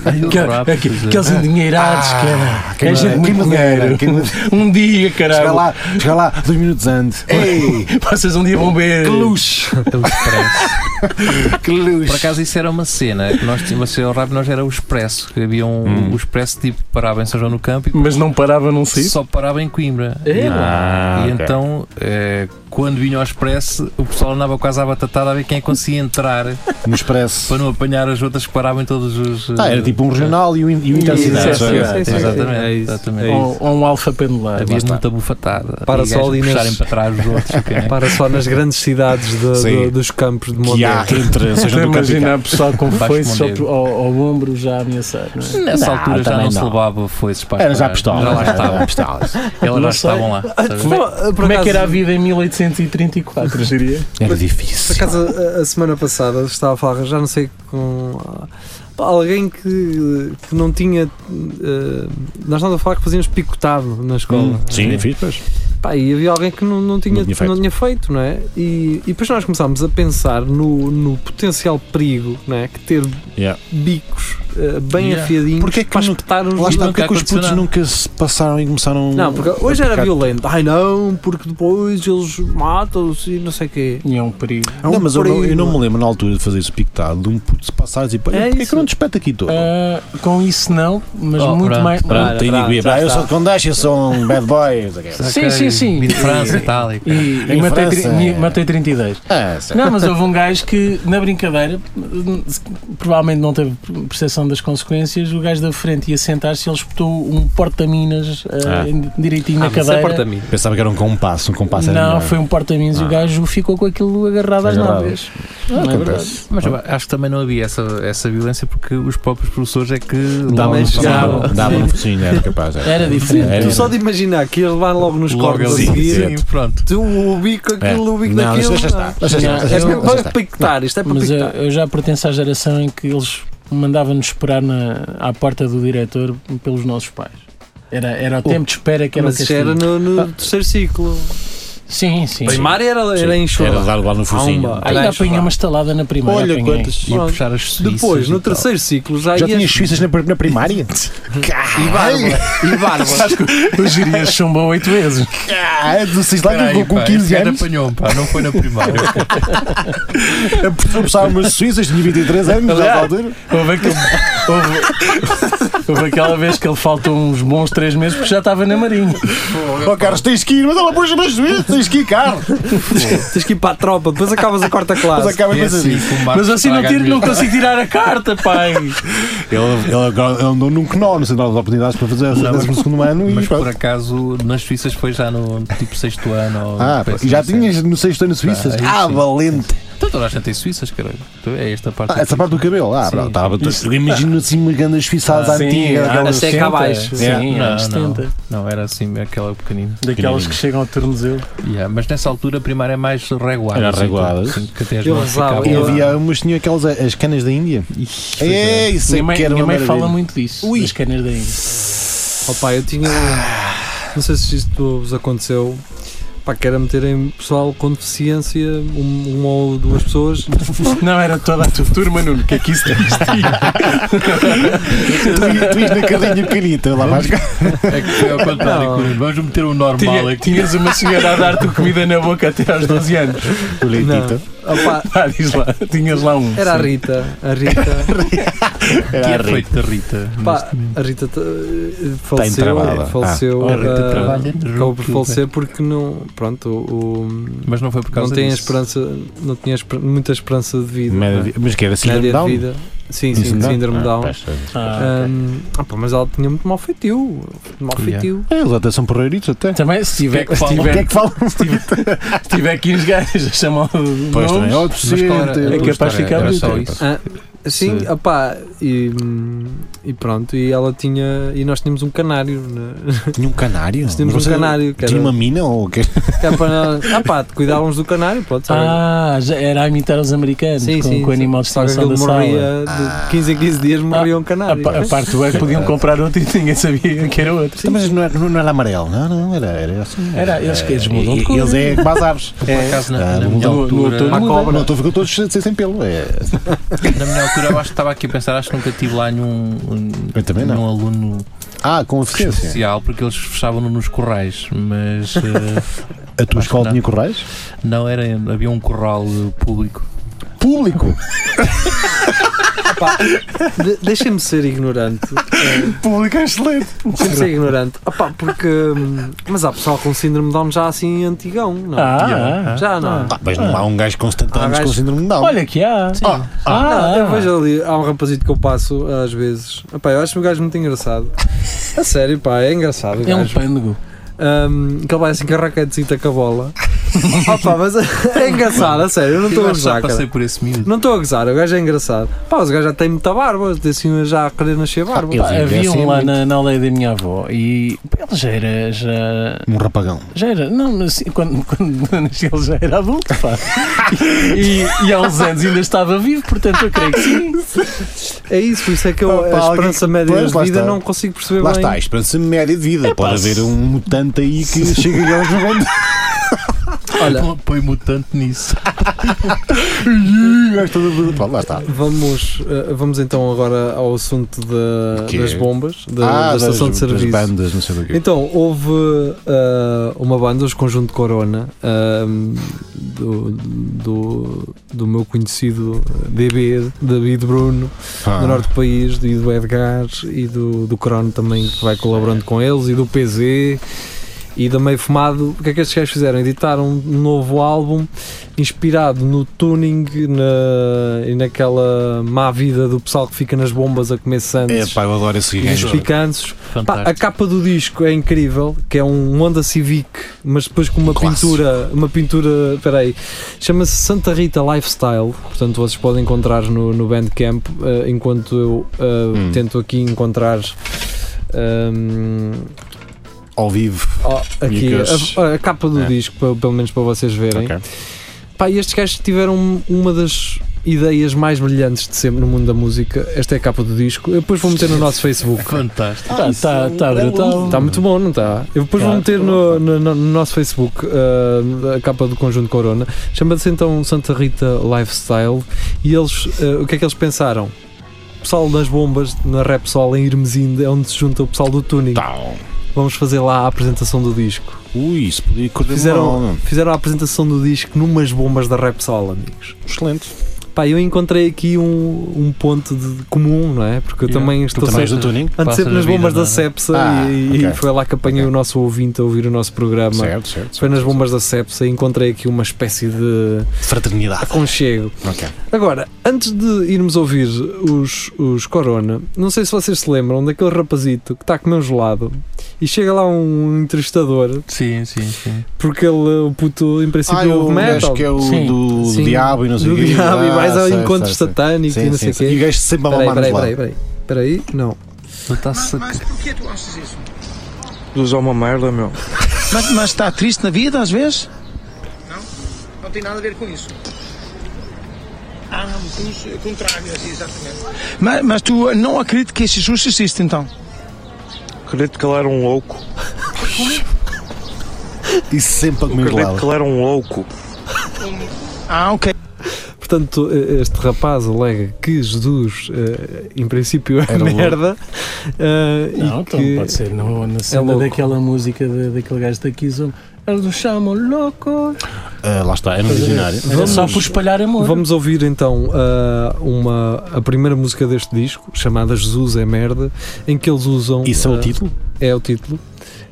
S4: Ai, o
S5: Aquele-
S4: rap,
S5: aquele-
S4: pois é.
S5: Aqueles endinheirados,
S3: Ah,
S5: cara. Que é gente
S3: quem
S5: muito
S3: me dera,
S5: dinheiro.
S3: quem me
S5: Um dia, caralho.
S3: Chega lá, chega lá, dois minutos antes. Ei,
S5: Vocês um dia vão ver.
S3: que luz,
S4: Aquele expresso.
S3: que luz.
S4: Por acaso isso era uma cena que nós tínhamos, mas era o Drive nós era o Expresso. que Havia um,
S6: Hum.
S4: o Expresso tipo parava em São João no Campo e
S5: Mas não parava num sítio?
S4: só parava em Coimbra.
S5: É,
S6: Ah,
S4: e
S6: ok.
S4: então, eh, quando vinha ao Expresso, o pessoal andava quase à batatada a ver quem é conseguia entrar
S3: No Expresso.
S4: para não apanhar as outras que paravam em todos os. É, eh,
S3: Ah, era tipo um regional e o, in- e o Intercidade.
S5: Sim, sim,
S3: sabe?
S2: sim, sim,
S4: Exatamente.
S2: É isso,
S4: exatamente.
S2: é isso.
S5: Ou, ou um alfa pendular?
S4: Havia
S3: está.
S4: muita bufatada.
S2: Oh, Para
S4: e
S2: só
S4: gajos
S2: ali nas-
S4: puxarem para trás os outros. é- ok?
S2: Para só nas grandes cidades de-
S3: Sim.
S2: de- dos campos de
S3: Que há
S2: Mondego.
S3: entre
S5: Estou
S3: São
S5: a
S3: João do Campo e
S5: imaginar o pessoal com
S4: Baixo
S5: foice só
S4: Mondego.
S5: pro- ao, ao ombro já a ameaçar, não é?
S4: Nessa
S3: Não,
S4: altura já
S3: também
S4: não, se
S3: não.
S4: levava foices para as
S3: Era já
S4: praias.
S3: pistola.
S4: Já lá
S3: era já
S4: estavam.
S3: pistolas.
S4: Elas
S5: Não
S4: já
S5: sei.
S4: estavam lá. sabes?
S2: Pô,
S3: eh,
S2: por
S5: Como é
S2: acaso-
S5: que era a vida em 1834, diria?
S3: Era
S2: Por
S3: difícil.
S2: acaso, a, a semana passada eu estava a falar, já não sei, com ah, pá, alguém que, que não tinha. eh, nós estávamos a falar que fazíamos picotado na escola.
S3: Sim, difícil, pois.
S2: Pá, e havia alguém que não, não, tinha,
S3: Não tinha feito.
S2: não tinha feito, não é? E, e depois nós começámos a pensar no, no potencial perigo, não é? Que ter
S3: Yeah.
S2: bicos eh, bem
S4: Yeah.
S2: afiadinhos
S3: Porque é que
S2: para
S3: não-
S2: espetar uns
S3: Lá está,
S4: nunca
S3: porque é que os
S4: aconteceu
S3: putos
S4: nada.
S3: nunca se passaram e começaram.
S2: Não, porque hoje
S3: a
S2: era
S3: picar-
S2: violento. Ai não, porque depois eles matam-se e não sei o quê.
S5: E é um perigo.
S2: É um
S3: Não, mas eu não, eu
S2: perigo.
S3: não me lembro na altura de fazer isso pictado de um puto se passar e dizer,
S2: É
S3: é porquê
S2: isso.
S3: que não despeta aqui todo?
S5: Ah, com isso não, mas
S4: Oh,
S5: muito
S4: pronto,
S5: mais.
S3: Pronto,
S2: Pronto,
S3: aí digo,
S2: pronto, já
S3: "Ah, eu
S2: está."
S3: sou de Condeixa, eu sou um bad boy. não sei o
S5: Sim,
S3: quê.
S5: sim, sim.
S4: Vim de França e tal. e-
S5: E, e
S3: Em
S5: matei,
S3: França,
S5: tri-
S3: é.
S5: matei 32.
S3: Ah, sei.
S5: Não, mas houve um gajo que, na brincadeira, hum, se- provavelmente não teve percepção das consequências. O gajo da frente ia sentar-se e ele espetou um porta-minas ah,
S3: Ah.
S5: em- direitinho
S2: Ah,
S5: na
S2: mas isso é
S5: cadeira.
S2: porta-mim.
S3: Pensava que era um compasso, um compasso era
S5: não,
S3: melhor.
S5: foi um porta-minas e o
S3: Ah.
S5: gajo ficou com aquilo agarrado às
S3: Agarrado.
S5: nádegas.
S3: Ah,
S5: Não é
S3: acontece.
S4: Mas eu acho que também não havia essa, essa violência porque os próprios professores é que
S3: Dava um
S4: logo
S2: chegavam.
S4: passavam.
S3: focinho, dava um focinho, era capaz.
S5: Era diferente.
S3: Era
S2: Tu só
S3: diferente.
S2: de imaginar que eles levar logo nos
S4: Logo
S2: corpos a
S4: ali.
S2: seguir,
S4: Sim, pronto.
S2: tu o
S3: É.
S2: bico aquilo, o bico
S3: Não,
S2: um daquilo.
S3: mas deixa estar. Deixa estar,
S5: Não,
S3: deixa
S2: É
S3: estar,
S2: mesmo
S3: deixa
S2: para
S3: estar.
S2: pictar, isto é para
S5: Mas eh, eu,
S2: pictar.
S5: eu já pertenço à geração em que eles mandavam-nos esperar na, à porta do diretor pelos nossos pais. Era, era o tempo de espera que era
S2: Mas
S5: o
S2: isto
S5: castigo.
S2: era no, no terceiro ciclo.
S5: Sim, sim.
S2: Primário era,
S3: Sim,
S2: era em chuva. um
S3: Era dar lá no focinho. um
S2: Pomba.
S5: Ainda apanhei uma estalada na primária.
S3: Olha
S5: apanhei.
S3: quantas.
S4: E
S2: Pronto.
S4: puxar as suíças
S2: Depois,
S4: e
S2: no
S4: tal.
S2: terceiro ciclo, já,
S3: Já
S2: ia.
S3: tinhas suíças na, na primária?
S2: E Bárbara. E Bárbara.
S5: Sabes que o Girias chumbou oito vezes.
S3: Ah, 16 lá
S4: Peraí,
S3: com, com
S4: pá,
S3: 15
S4: esse gajo
S3: anos.
S4: apanhou, pá, Ah, não foi na primária.
S3: A professora passava umas suíças, tinha 23 anos nessa altura.
S5: Houve, aquele, houve, houve aquela vez que ele faltou uns bons três meses porque já estava na Marinha.
S3: Ó Carlos, tens que ir, mas ela puxa umas suíças, tens que ir, Carlos.
S2: Tens que ir para a tropa, depois acabas a quarta
S3: Mas
S2: classe.
S3: acaba
S4: É
S3: a coisa
S4: assim
S3: disso.
S4: que o Marcos
S5: Mas assim não,
S4: Braga
S5: tiro, não
S4: admite.
S5: consigo tirar a carta, pai.
S3: Ele, ele agora ele andou num quenó, não sei das oportunidades para fazer
S4: Não,
S3: o 12 segundo ano e
S4: Mas por
S3: pronto.
S4: acaso nas Suíças foi já no tipo sexto ano. ou
S3: Ah,
S4: coisa
S3: e já
S4: assim.
S3: tinhas no sexto ano suíças?
S4: aí
S3: Ah,
S4: sim.
S3: valente!
S4: Então toda a gente tem Suíças, caralho. Então É esta parte.
S3: Ah, essa parte do cabelo, ah,
S4: Sim.
S3: pronto, estava- eu imagino assim uma grande suíçada
S5: Ah, sim,
S3: antiga,
S5: ah,
S3: aquela
S2: Até cá abaixo.
S5: Sim,
S3: Yeah.
S4: É, Não,
S5: anos
S4: não.
S5: 70.
S4: Não, era assim, aquela pequenina.
S5: Daquelas que chegam ao tornozelo.
S4: Yeah, mas nessa altura a primária é mais reguada.
S3: Era
S4: assim,
S3: reguada.
S4: que- que até as
S2: Eu
S4: mãos
S2: rezava,
S4: ficavam
S3: E
S4: lá.
S3: havia umas tinham aquelas as canas da Índia.
S4: Ixi, pois
S3: É,
S4: é.
S3: isso
S5: Minha
S3: é
S5: mãe,
S3: que era
S5: minha
S3: uma
S5: mãe fala
S3: maravilha.
S5: muito disso,
S3: Ui.
S5: das canas da Índia.
S2: Oh, pá, eu tinha. um- Não sei se isto vos aconteceu. Pá, que era meterem pessoal com deficiência, um- uma ou duas pessoas,
S5: Não, era toda a tua turma, Nuno, que aqui se
S3: Tu ias- assim, Tu ias na carrinha pequenita, lá vais cá.
S4: É que foi ao contrário.
S2: Não.
S4: Corinho. Vamos meter o normal
S5: Tinha,
S4: aqui.
S5: Tinhas uma senhora a dar-te comida na boca até aos 12 anos.
S3: O leitito.
S2: Oh, pá,
S5: Ah, diz lá, tinhas lá um.
S2: era a Rita. A Rita.
S4: Que é
S3: Era rico.
S4: feito da Rita.
S2: Pá, a Rita t- eh, faleceu, eh,
S3: entravada.
S2: faleceu,
S4: Ah, a Rita
S2: ah,
S4: trabalha no
S2: acabou por
S4: Rita.
S2: falecer porque não, pronto, o, o-
S4: Mas não foi por
S2: não
S4: causa
S2: tem a
S4: disso.
S2: esperança, não tinha esper- muita esperança de vida, não é?
S3: Mas- Mas que era
S2: média
S3: síndrome
S2: de
S3: Down?
S2: vida, sim, sim,
S3: Síndrome
S2: síndrome
S3: Ah,
S2: Down.
S3: pois, pois.
S5: Ah, ok.
S2: Ahm, ah, pá, mas ela tinha muito mau feitio, mal
S4: Yeah.
S2: feitio.
S3: É, Eles até são porreiritos até.
S5: Também, se tiver,
S4: que é que
S5: se
S4: falam?
S3: O que é
S5: tiver,
S3: que falam?
S5: se tiver 15 gajos a chamar o
S3: Pois também, ó,
S5: nome,
S4: Mas qual era a
S3: deficiente.
S4: tua
S5: É capaz de
S4: história?
S5: ficar
S4: Era só
S5: bonito.
S4: isso.
S2: Ah, sim,
S4: Sim.
S2: ah, pá, e, hum, e pronto, e ela tinha, e nós tínhamos um canário, né?
S3: Tinha um canário?
S2: tínhamos um
S3: Você-
S2: canário, que era,
S3: Tinha uma mina ou o quê?
S2: que era para nós- ah, pá, cuidávamos do canário, pronto, sabe?
S5: Ah, já era a imitar os americanos
S2: Sim,
S5: com,
S2: sim,
S5: com o
S2: sim.
S5: animal de
S2: Só que
S5: estimação
S2: aquilo
S5: da sala. Ah,
S2: morria de 15 em 15 dias, morria um
S5: A,
S2: canário.
S5: pa- a parte do bem podiam comprar outro e ninguém sabia que era outro.
S3: Mas não era, não era amarelo, não, não, era, era assim.
S5: Era, eles que eles mudam de
S3: E-
S5: cor.
S3: Eles é como as aves.
S4: Por acaso, na,
S3: Ah,
S4: na
S3: no-
S4: minha
S5: no- no
S4: altura,
S5: outono-
S3: A
S5: Muda.
S3: cobra. Não, tu ficou todos sem, sem pelo. É,
S4: na minha altura, eu acho que estava aqui a pensar, acho que nunca tive lá nenhum um,
S3: eu também não.
S4: nenhum aluno
S3: Ah, com eficiência.
S4: especial, porque eles fechavam-no nos corrais, mas eh,
S3: A tua
S4: Acho
S3: escola
S4: que
S3: tinha correios?
S4: não era, havia um corral eh, público.
S3: Público!
S2: Pá, de- Deixem-me ser ignorante. Eh,
S3: Público é excelente.
S2: Deixem-me ser ignorante. Ah, pá, porque. hum, Mas há pessoal com síndrome de Down já assim antigão, não? é?
S5: Ah, ah,
S2: já não.
S3: Ah, mas não há um gajo com 70
S2: Há
S3: anos
S2: gajo-
S3: com síndrome de Down.
S5: Olha que há.
S3: Ah,
S5: Ah,
S2: Não, eu
S5: ah.
S2: vejo ali, há um rapazito que eu passo às vezes. Ah, pá, eu acho um gajo muito engraçado. A sério, pá, é engraçado. o
S5: É um
S2: gajo.
S5: pândego.
S2: Um, que ele vai assim com a raquetezita com a bola. Opa, mas é engraçado, a sério, eu não estou a
S3: Então
S4: Eu já
S2: gozar, cara.
S4: passei por esse miúdo.
S2: Não estou a gozar, o gajo é engraçado. Pá, mas o gajo já tem muita barba, tem assim já a querer nascer barba.
S3: Eles
S5: Pá, havia
S2: assim
S3: envelhecem
S5: um lá
S3: muito.
S5: na, na aldeia da minha avó e ele já era. Já,
S3: Um rapagão.
S5: já era. Não, mas assim, quando, quando eu nasci ele já era adulto, pá. E, e há uns anos ainda estava vivo, portanto eu creio que sim.
S2: É isso, por isso é que eu,
S3: Pá, pá,
S2: a esperança
S3: alguém-
S2: média
S3: Pois,
S2: de
S3: lá
S2: vida
S3: está.
S2: não consigo perceber
S3: Lá
S2: bem.
S3: está, a esperança média de vida. Pode haver um mutante aí que chega e eles não vão.
S2: Olha,
S4: Põe- Põe mutante nisso.
S3: O gajo todo- Pronto, lá está.
S2: vamos, eh, vamos então agora ao assunto da-
S3: quê?
S2: das bombas, da, da
S3: Ah, das-
S2: estação de
S3: das
S2: serviço.
S3: bandas, não sei do quê.
S2: Então, houve ah, uma banda, os Conjunto Corona, ah, do, do, do meu conhecido DB, David Bruno,
S3: Ah.
S2: do Norte do País, e do Edgar, e do, do Crono também, que vai colaborando com eles, e do PZ, e da Meio Fumado. O que é que estes gajos fizeram? Editaram um novo álbum inspirado no tuning na, e naquela má vida do pessoal que fica nas bombas a comer
S3: É,
S2: santos.
S3: pá, eu adoro esse
S2: e os
S3: gajo.
S2: picanços Pá, a
S4: Fantástico.
S2: capa do disco é incrível, que é um Honda Civic, mas depois com uma
S3: Clássico.
S2: pintura, uma pintura, peraí, chama-se Santa Rita Lifestyle, portanto vocês podem encontrar no, no Bandcamp, eh, enquanto eu eh,
S3: Hum.
S2: tento aqui encontrar hum,
S3: Ao vivo.
S2: ó, aqui
S3: Micas.
S2: a, a capa do
S3: É.
S2: disco, pa- pelo menos para vocês verem.
S3: Ok.
S2: Pá, e estes gajos tiveram uma das ideias mais brilhantes de sempre no mundo da música, esta é a capa do disco, eu depois vou meter no nosso Facebook.
S4: Fantástico.
S5: Está tá, tá brutal.
S2: Está muito bom, não está? Eu depois vou
S5: Tá.
S2: meter no, no- no- no nosso Facebook ah, a capa do conjunto Corona. Chama-se então Santa Rita Lifestyle. E eles, ah, o que é que eles pensaram? O pessoal das bombas, na Rap Sol, em Irmezinda, é onde se junta o pessoal do Tuning.
S3: Tal.
S2: Vamos fazer lá a apresentação do disco.
S3: Ui, isso podia correr
S2: Fizeram-
S3: mal.
S2: Fizeram a apresentação do disco numas bombas da Rap Sol, amigos.
S3: Excelente.
S2: Pá, eu encontrei aqui um, um ponto de- comum, não é? Porque eu
S4: Yeah.
S2: também
S3: Tu
S2: estou
S3: também
S2: sempre
S3: és do tuning?
S2: Ando
S4: Passas
S2: sempre
S4: a
S2: nas
S4: vida,
S2: bombas
S4: não
S2: da
S4: é?
S2: Epsa
S3: Ah,
S2: e, e
S3: ok.
S2: foi lá que apanhei o nosso ouvinte a ouvir o nosso programa.
S3: Certo, certo.
S2: Foi nas
S3: certo.
S2: bombas da Cepsa e encontrei aqui uma espécie de
S3: Fraternidade.
S2: aconchego.
S3: Ok.
S2: Agora, antes de irmos ouvir os, os Corona, não sei se vocês se lembram daquele rapazito que está a comer um gelado e chega lá um entrevistador,
S4: Sim, sim, sim.
S2: porque ele, o puto, em princípio,
S3: Ah, eu
S2: ouve metal.
S3: acho que é o
S5: Sim.
S3: do, do
S2: Sim.
S3: diabo e não sei
S2: do
S3: o quê.
S2: diabo e
S3: Ah,
S2: mais ao
S3: sei,
S2: encontro
S3: sei, sei.
S2: satânico e
S3: Sim,
S2: não sei
S3: sim, sim.
S2: o
S3: E o
S2: quê.
S3: gajo sempre a
S2: Peraí,
S3: mamar
S2: peraí,
S3: nos
S2: peraí,
S3: lados.
S2: peraí. Peraí, não.
S4: Ele tá está-se a
S7: dos Alma Merda, meu.
S8: Mas, mas está triste na vida às vezes?
S7: Não tem nada a ver com isso. Ah, o contrário, assim, exatamente.
S8: Mas, mas tu não acredito que Jesus existe então?
S7: Acredito que ele era um louco.
S3: E sempre a comer de
S7: Acredito
S3: lado.
S7: que ele era um louco.
S8: Ah, ok.
S2: Portanto, eh, este rapaz alega que Jesus, eh, em princípio, é
S3: Era louco.
S2: merda. eh, e
S5: Não, então
S2: que-
S5: pode ser. Não, na cena
S2: louco.
S5: daquela música de- daquele gajo da Kizom. Eles nos chamam louco.
S3: Ah, Lá está, era um visionário.
S5: Era só por espalhar amor.
S2: Vamos ouvir então a, uma, a primeira música deste disco, chamada Jesus é Merda, em que eles usam.
S3: Isso é o
S2: ah,
S3: título?
S2: É o título.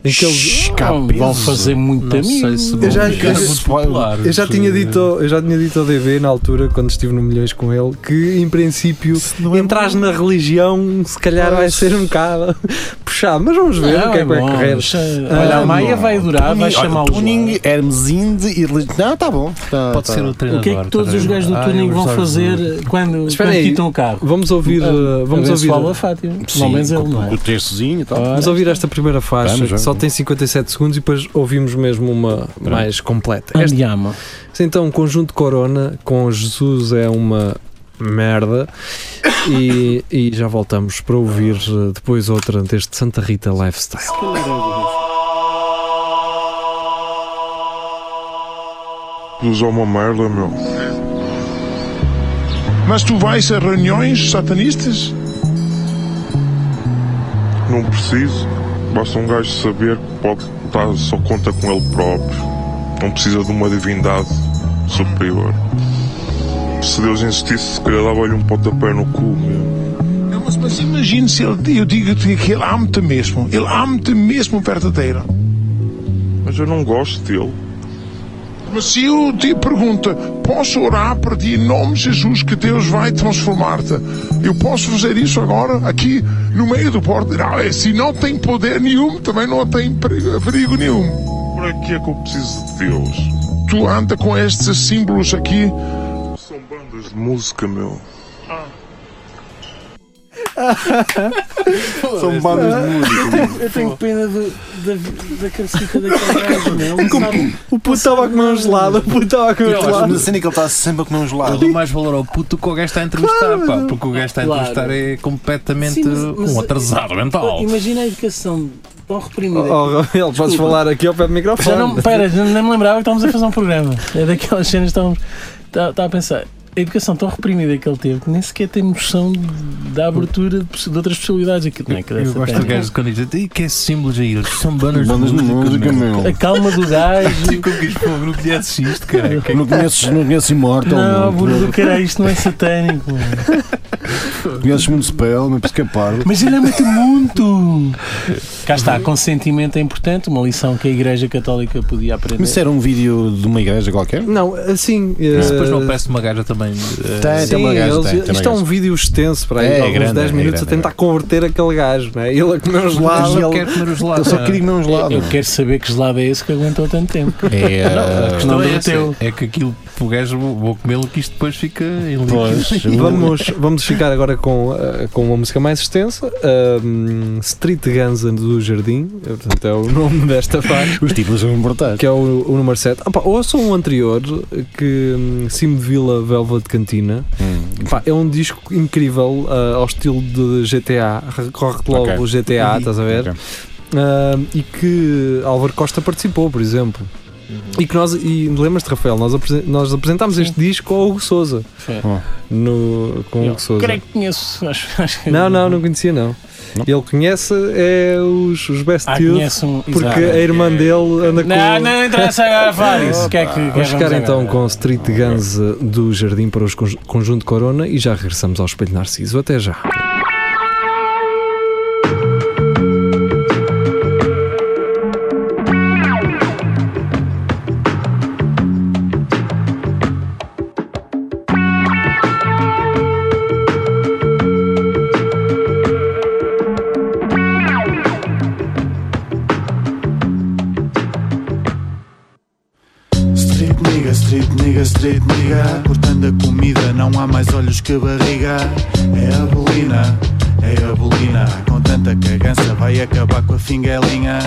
S2: Em que eles.
S5: Não, vão fazer muito
S4: Não sei
S5: amigos.
S4: se
S2: Eu já-
S4: vão ficar
S2: eu
S3: é
S2: já-
S4: muito populares.
S2: Eu já, tinha dito, eu já tinha dito ao DV na altura, quando estive no Milhões com ele, que em princípio
S3: é
S2: entras na religião, se calhar vai ser um bocado puxado, mas vamos ver o que é que vai correr.
S5: Olha, a Maia vai adorar, vai chamar
S3: o
S5: os
S3: Tuning, Hermesinde e. religi- Não, tá bom. Tá,
S4: Pode
S3: tá.
S4: ser o
S5: O
S4: treinador.
S5: que é que todos
S4: tá
S5: os
S4: bem.
S5: gajos do
S4: Ah,
S5: Tuning
S4: eu
S5: vão
S4: gostava de-
S5: fazer quando,
S2: Espera
S5: quando
S2: aí.
S5: quitam o carro?
S2: Vamos ouvir. ah, vamos ouvir.
S5: Fala Fátima.
S3: Sim,
S5: Pelo menos ele
S3: com,
S5: não
S3: com
S5: é.
S3: o terçozinho e tal.
S5: Ora,
S2: Vamos ouvir esta primeira faixa,
S3: Vamos,
S2: que só
S3: vamos.
S2: tem 57 segundos, e depois ouvimos mesmo uma mais completa. Esta-
S5: Andiamo.
S2: Então, um conjunto Corona com Jesus é uma merda. E, e já voltamos para ouvir eh, depois outra deste Santa Rita Lifestyle.
S9: dos Alma Merda, meu.
S8: Mas tu vais a reuniões satanistas?
S9: Não preciso. Basta um gajo saber que pode estar só conta com ele próprio. Não precisa de uma divindade superior. Se Deus insistisse, se calhar dava-lhe um pontapé no cu mesmo.
S8: Não, mas, mas imagina se ele, eu digo-te que ele ama-te mesmo. Ele ama-te mesmo verdadeiro.
S9: Mas eu não gosto dele.
S8: Mas se eu te pergunto, posso orar por ti em nome de Jesus que Deus vai transformar-te? Eu posso fazer isso agora, aqui, no meio do porto? Não, é, se não tem poder nenhum, também não tem perigo, perigo nenhum.
S9: Para que é que eu preciso de Deus?
S8: Tu anda com estes símbolos aqui.
S9: São bandas de música, meu.
S3: São bandas de música.
S5: Eu tenho pena do- da, da cabecita daquele gajo, meu. Ele sabe-
S2: O puto estava a comer um gelado, o puto estava a comer um
S3: Mas
S2: gelado.
S3: a cena é que ele está sempre a comer um
S4: Eu
S3: gelado.
S4: dou mais valor ao puto que o gajo está a entrevistar, pá, porque o gajo está a
S5: Claro.
S4: entrevistar é completamente
S5: Sim, mas- mas-
S4: um atrasado mental.
S5: Imagina a educação tão reprimida.
S2: Oh, Rafael, podes falar aqui ao pé
S5: Já
S2: do
S5: não,
S2: microfone.
S5: pera, já nem me lembrava que estávamos a fazer um programa. É daquelas cenas que estávamos. Estava estava a pensar. A educação tão reprimida que ele teve que nem sequer tem noção da abertura de, possi- de outras possibilidades. Aquilo, não é que deve
S4: Eu
S5: ser
S4: gosto do
S5: técnico.
S4: gajo quando diz "Ih, que é símbolos aí, eles são bandas de
S3: Bandas de
S4: música. é?"
S3: música, né? É
S4: meu."
S3: meu.
S5: A calma do gajo.
S4: Tipo, como diz, pô, não conheces isto, cara.
S3: Não conheces, não conheces Immortal,
S5: Não,
S3: meu.
S5: burro do caralho, isto não é satânico. mano.
S3: Conheces Municipal, mas por isso que é parvo.
S5: Mas ele ama-te muito. Cá está, consentimento é importante, uma lição que a Igreja Católica podia aprender.
S3: Mas isso era um vídeo de uma igreja qualquer?
S2: Não, assim.
S4: Mas depois
S2: eh,
S4: não peço uma gaja também. eh,
S3: Tem, tem
S2: Sim,
S3: uma gaja.
S2: eles-
S3: tem, tem uma
S2: isto é um
S3: gaja.
S2: vídeo extenso para aí,
S3: É,
S2: de
S3: é
S2: alguns
S3: grande,
S2: 10
S3: é
S2: minutos
S3: grande,
S2: a tentar converter aquele gajo, não é? Ele a comer um
S3: Mas
S2: gelado.
S3: ele-
S4: quero comer os
S3: Eu
S4: gelados.
S3: só queria comer um gelado.
S5: Eu quero saber que gelado é esse que aguentou tanto tempo.
S3: É,
S4: A
S3: uh,
S4: questão
S5: Não
S4: é,
S5: do
S4: essa,
S5: teu.
S4: é que aquilo, o gajo, vou vou comê-lo que isto depois fica em
S3: pois,
S4: líquido.
S2: Vamos, vamos ficar agora com, eh, com uma música mais extensa, ahm, Street Guns and do Jardim, eh, portanto é o nome desta faixa.
S3: os títulos são importantes.
S2: Que é o, o número 7. Opa, ouçam um anterior que hum, Cimo de Vila Velva de Cantina.
S3: Hum.
S2: Pá, é um disco incrível ah, ao estilo de GTA. Recorre-te logo
S3: Ok. Uhum.
S2: o GTA, estás a ver?
S3: Ok.
S2: Ah, e que Álvaro Costa participou, por exemplo.
S5: Uhum.
S2: E que nós, e lembras-te, Rafael, nós, apresen- nós apresentámos este disco ao Hugo Souza.
S5: Foi.
S2: No, com o Hugo
S5: Eu
S2: Souza.
S5: creio que conheço. Acho, acho que-
S2: é Não, não, não conhecia, não.
S3: Não?
S2: Ele conhece é os, os Best
S5: Ah,
S2: Youth,
S5: conheço um.
S2: porque
S5: exato.
S2: a irmã dele anda com.
S5: Não, não interessa agora falar isso. O que é que.
S2: Vamos ficar então
S5: agora?
S2: com Street Guns eh, do Jardim para o escon- Conjunto Corona e já regressamos ao Espelho Narciso. Até já.
S10: Street nigga, street nigga, street nigga Cortando a comida, não há mais olhos que barriga É a bolina, é a bolina Com tanta cagança vai acabar com a fingelinha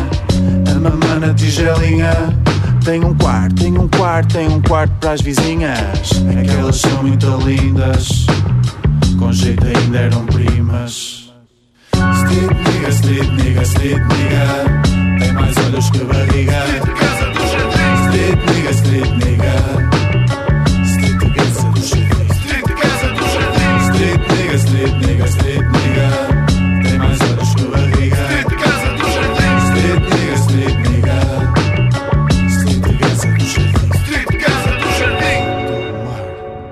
S10: A mamã na tigelinha Tem um quarto, tem um quarto, tem um quarto para as vizinhas Aquelas são muito lindas Com jeito ainda eram primas Street nigga, street nigga, street nigga Tem mais olhos que barriga Street nigga, street nigga Street casa do jardim Street casa do jardim Street nigga, street nigga, street nigga Tem mais olhos que barriga Street casa do jardim Street nigga, street nigga Street casa do jardim Street casa do jardim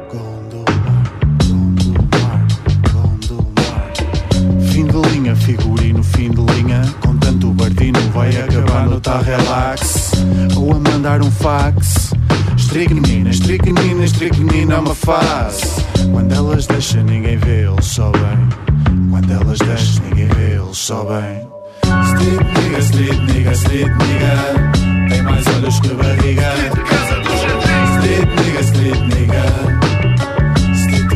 S10: Gondomar, Gondomar, Gondomar, Gondomar Fim de linha, figurino, fim de linha Com tanto bardino vai acabar no tá relax Ou a mandar um fax Estricnina, estricnina, estricnina é uma fase Quando elas deixam ninguém vê eles só bem Quando elas deixam ninguém vê eles só bem Street nigga, street nigga, street nigga Tem mais olhos que barriga Street nigga, street nigga Street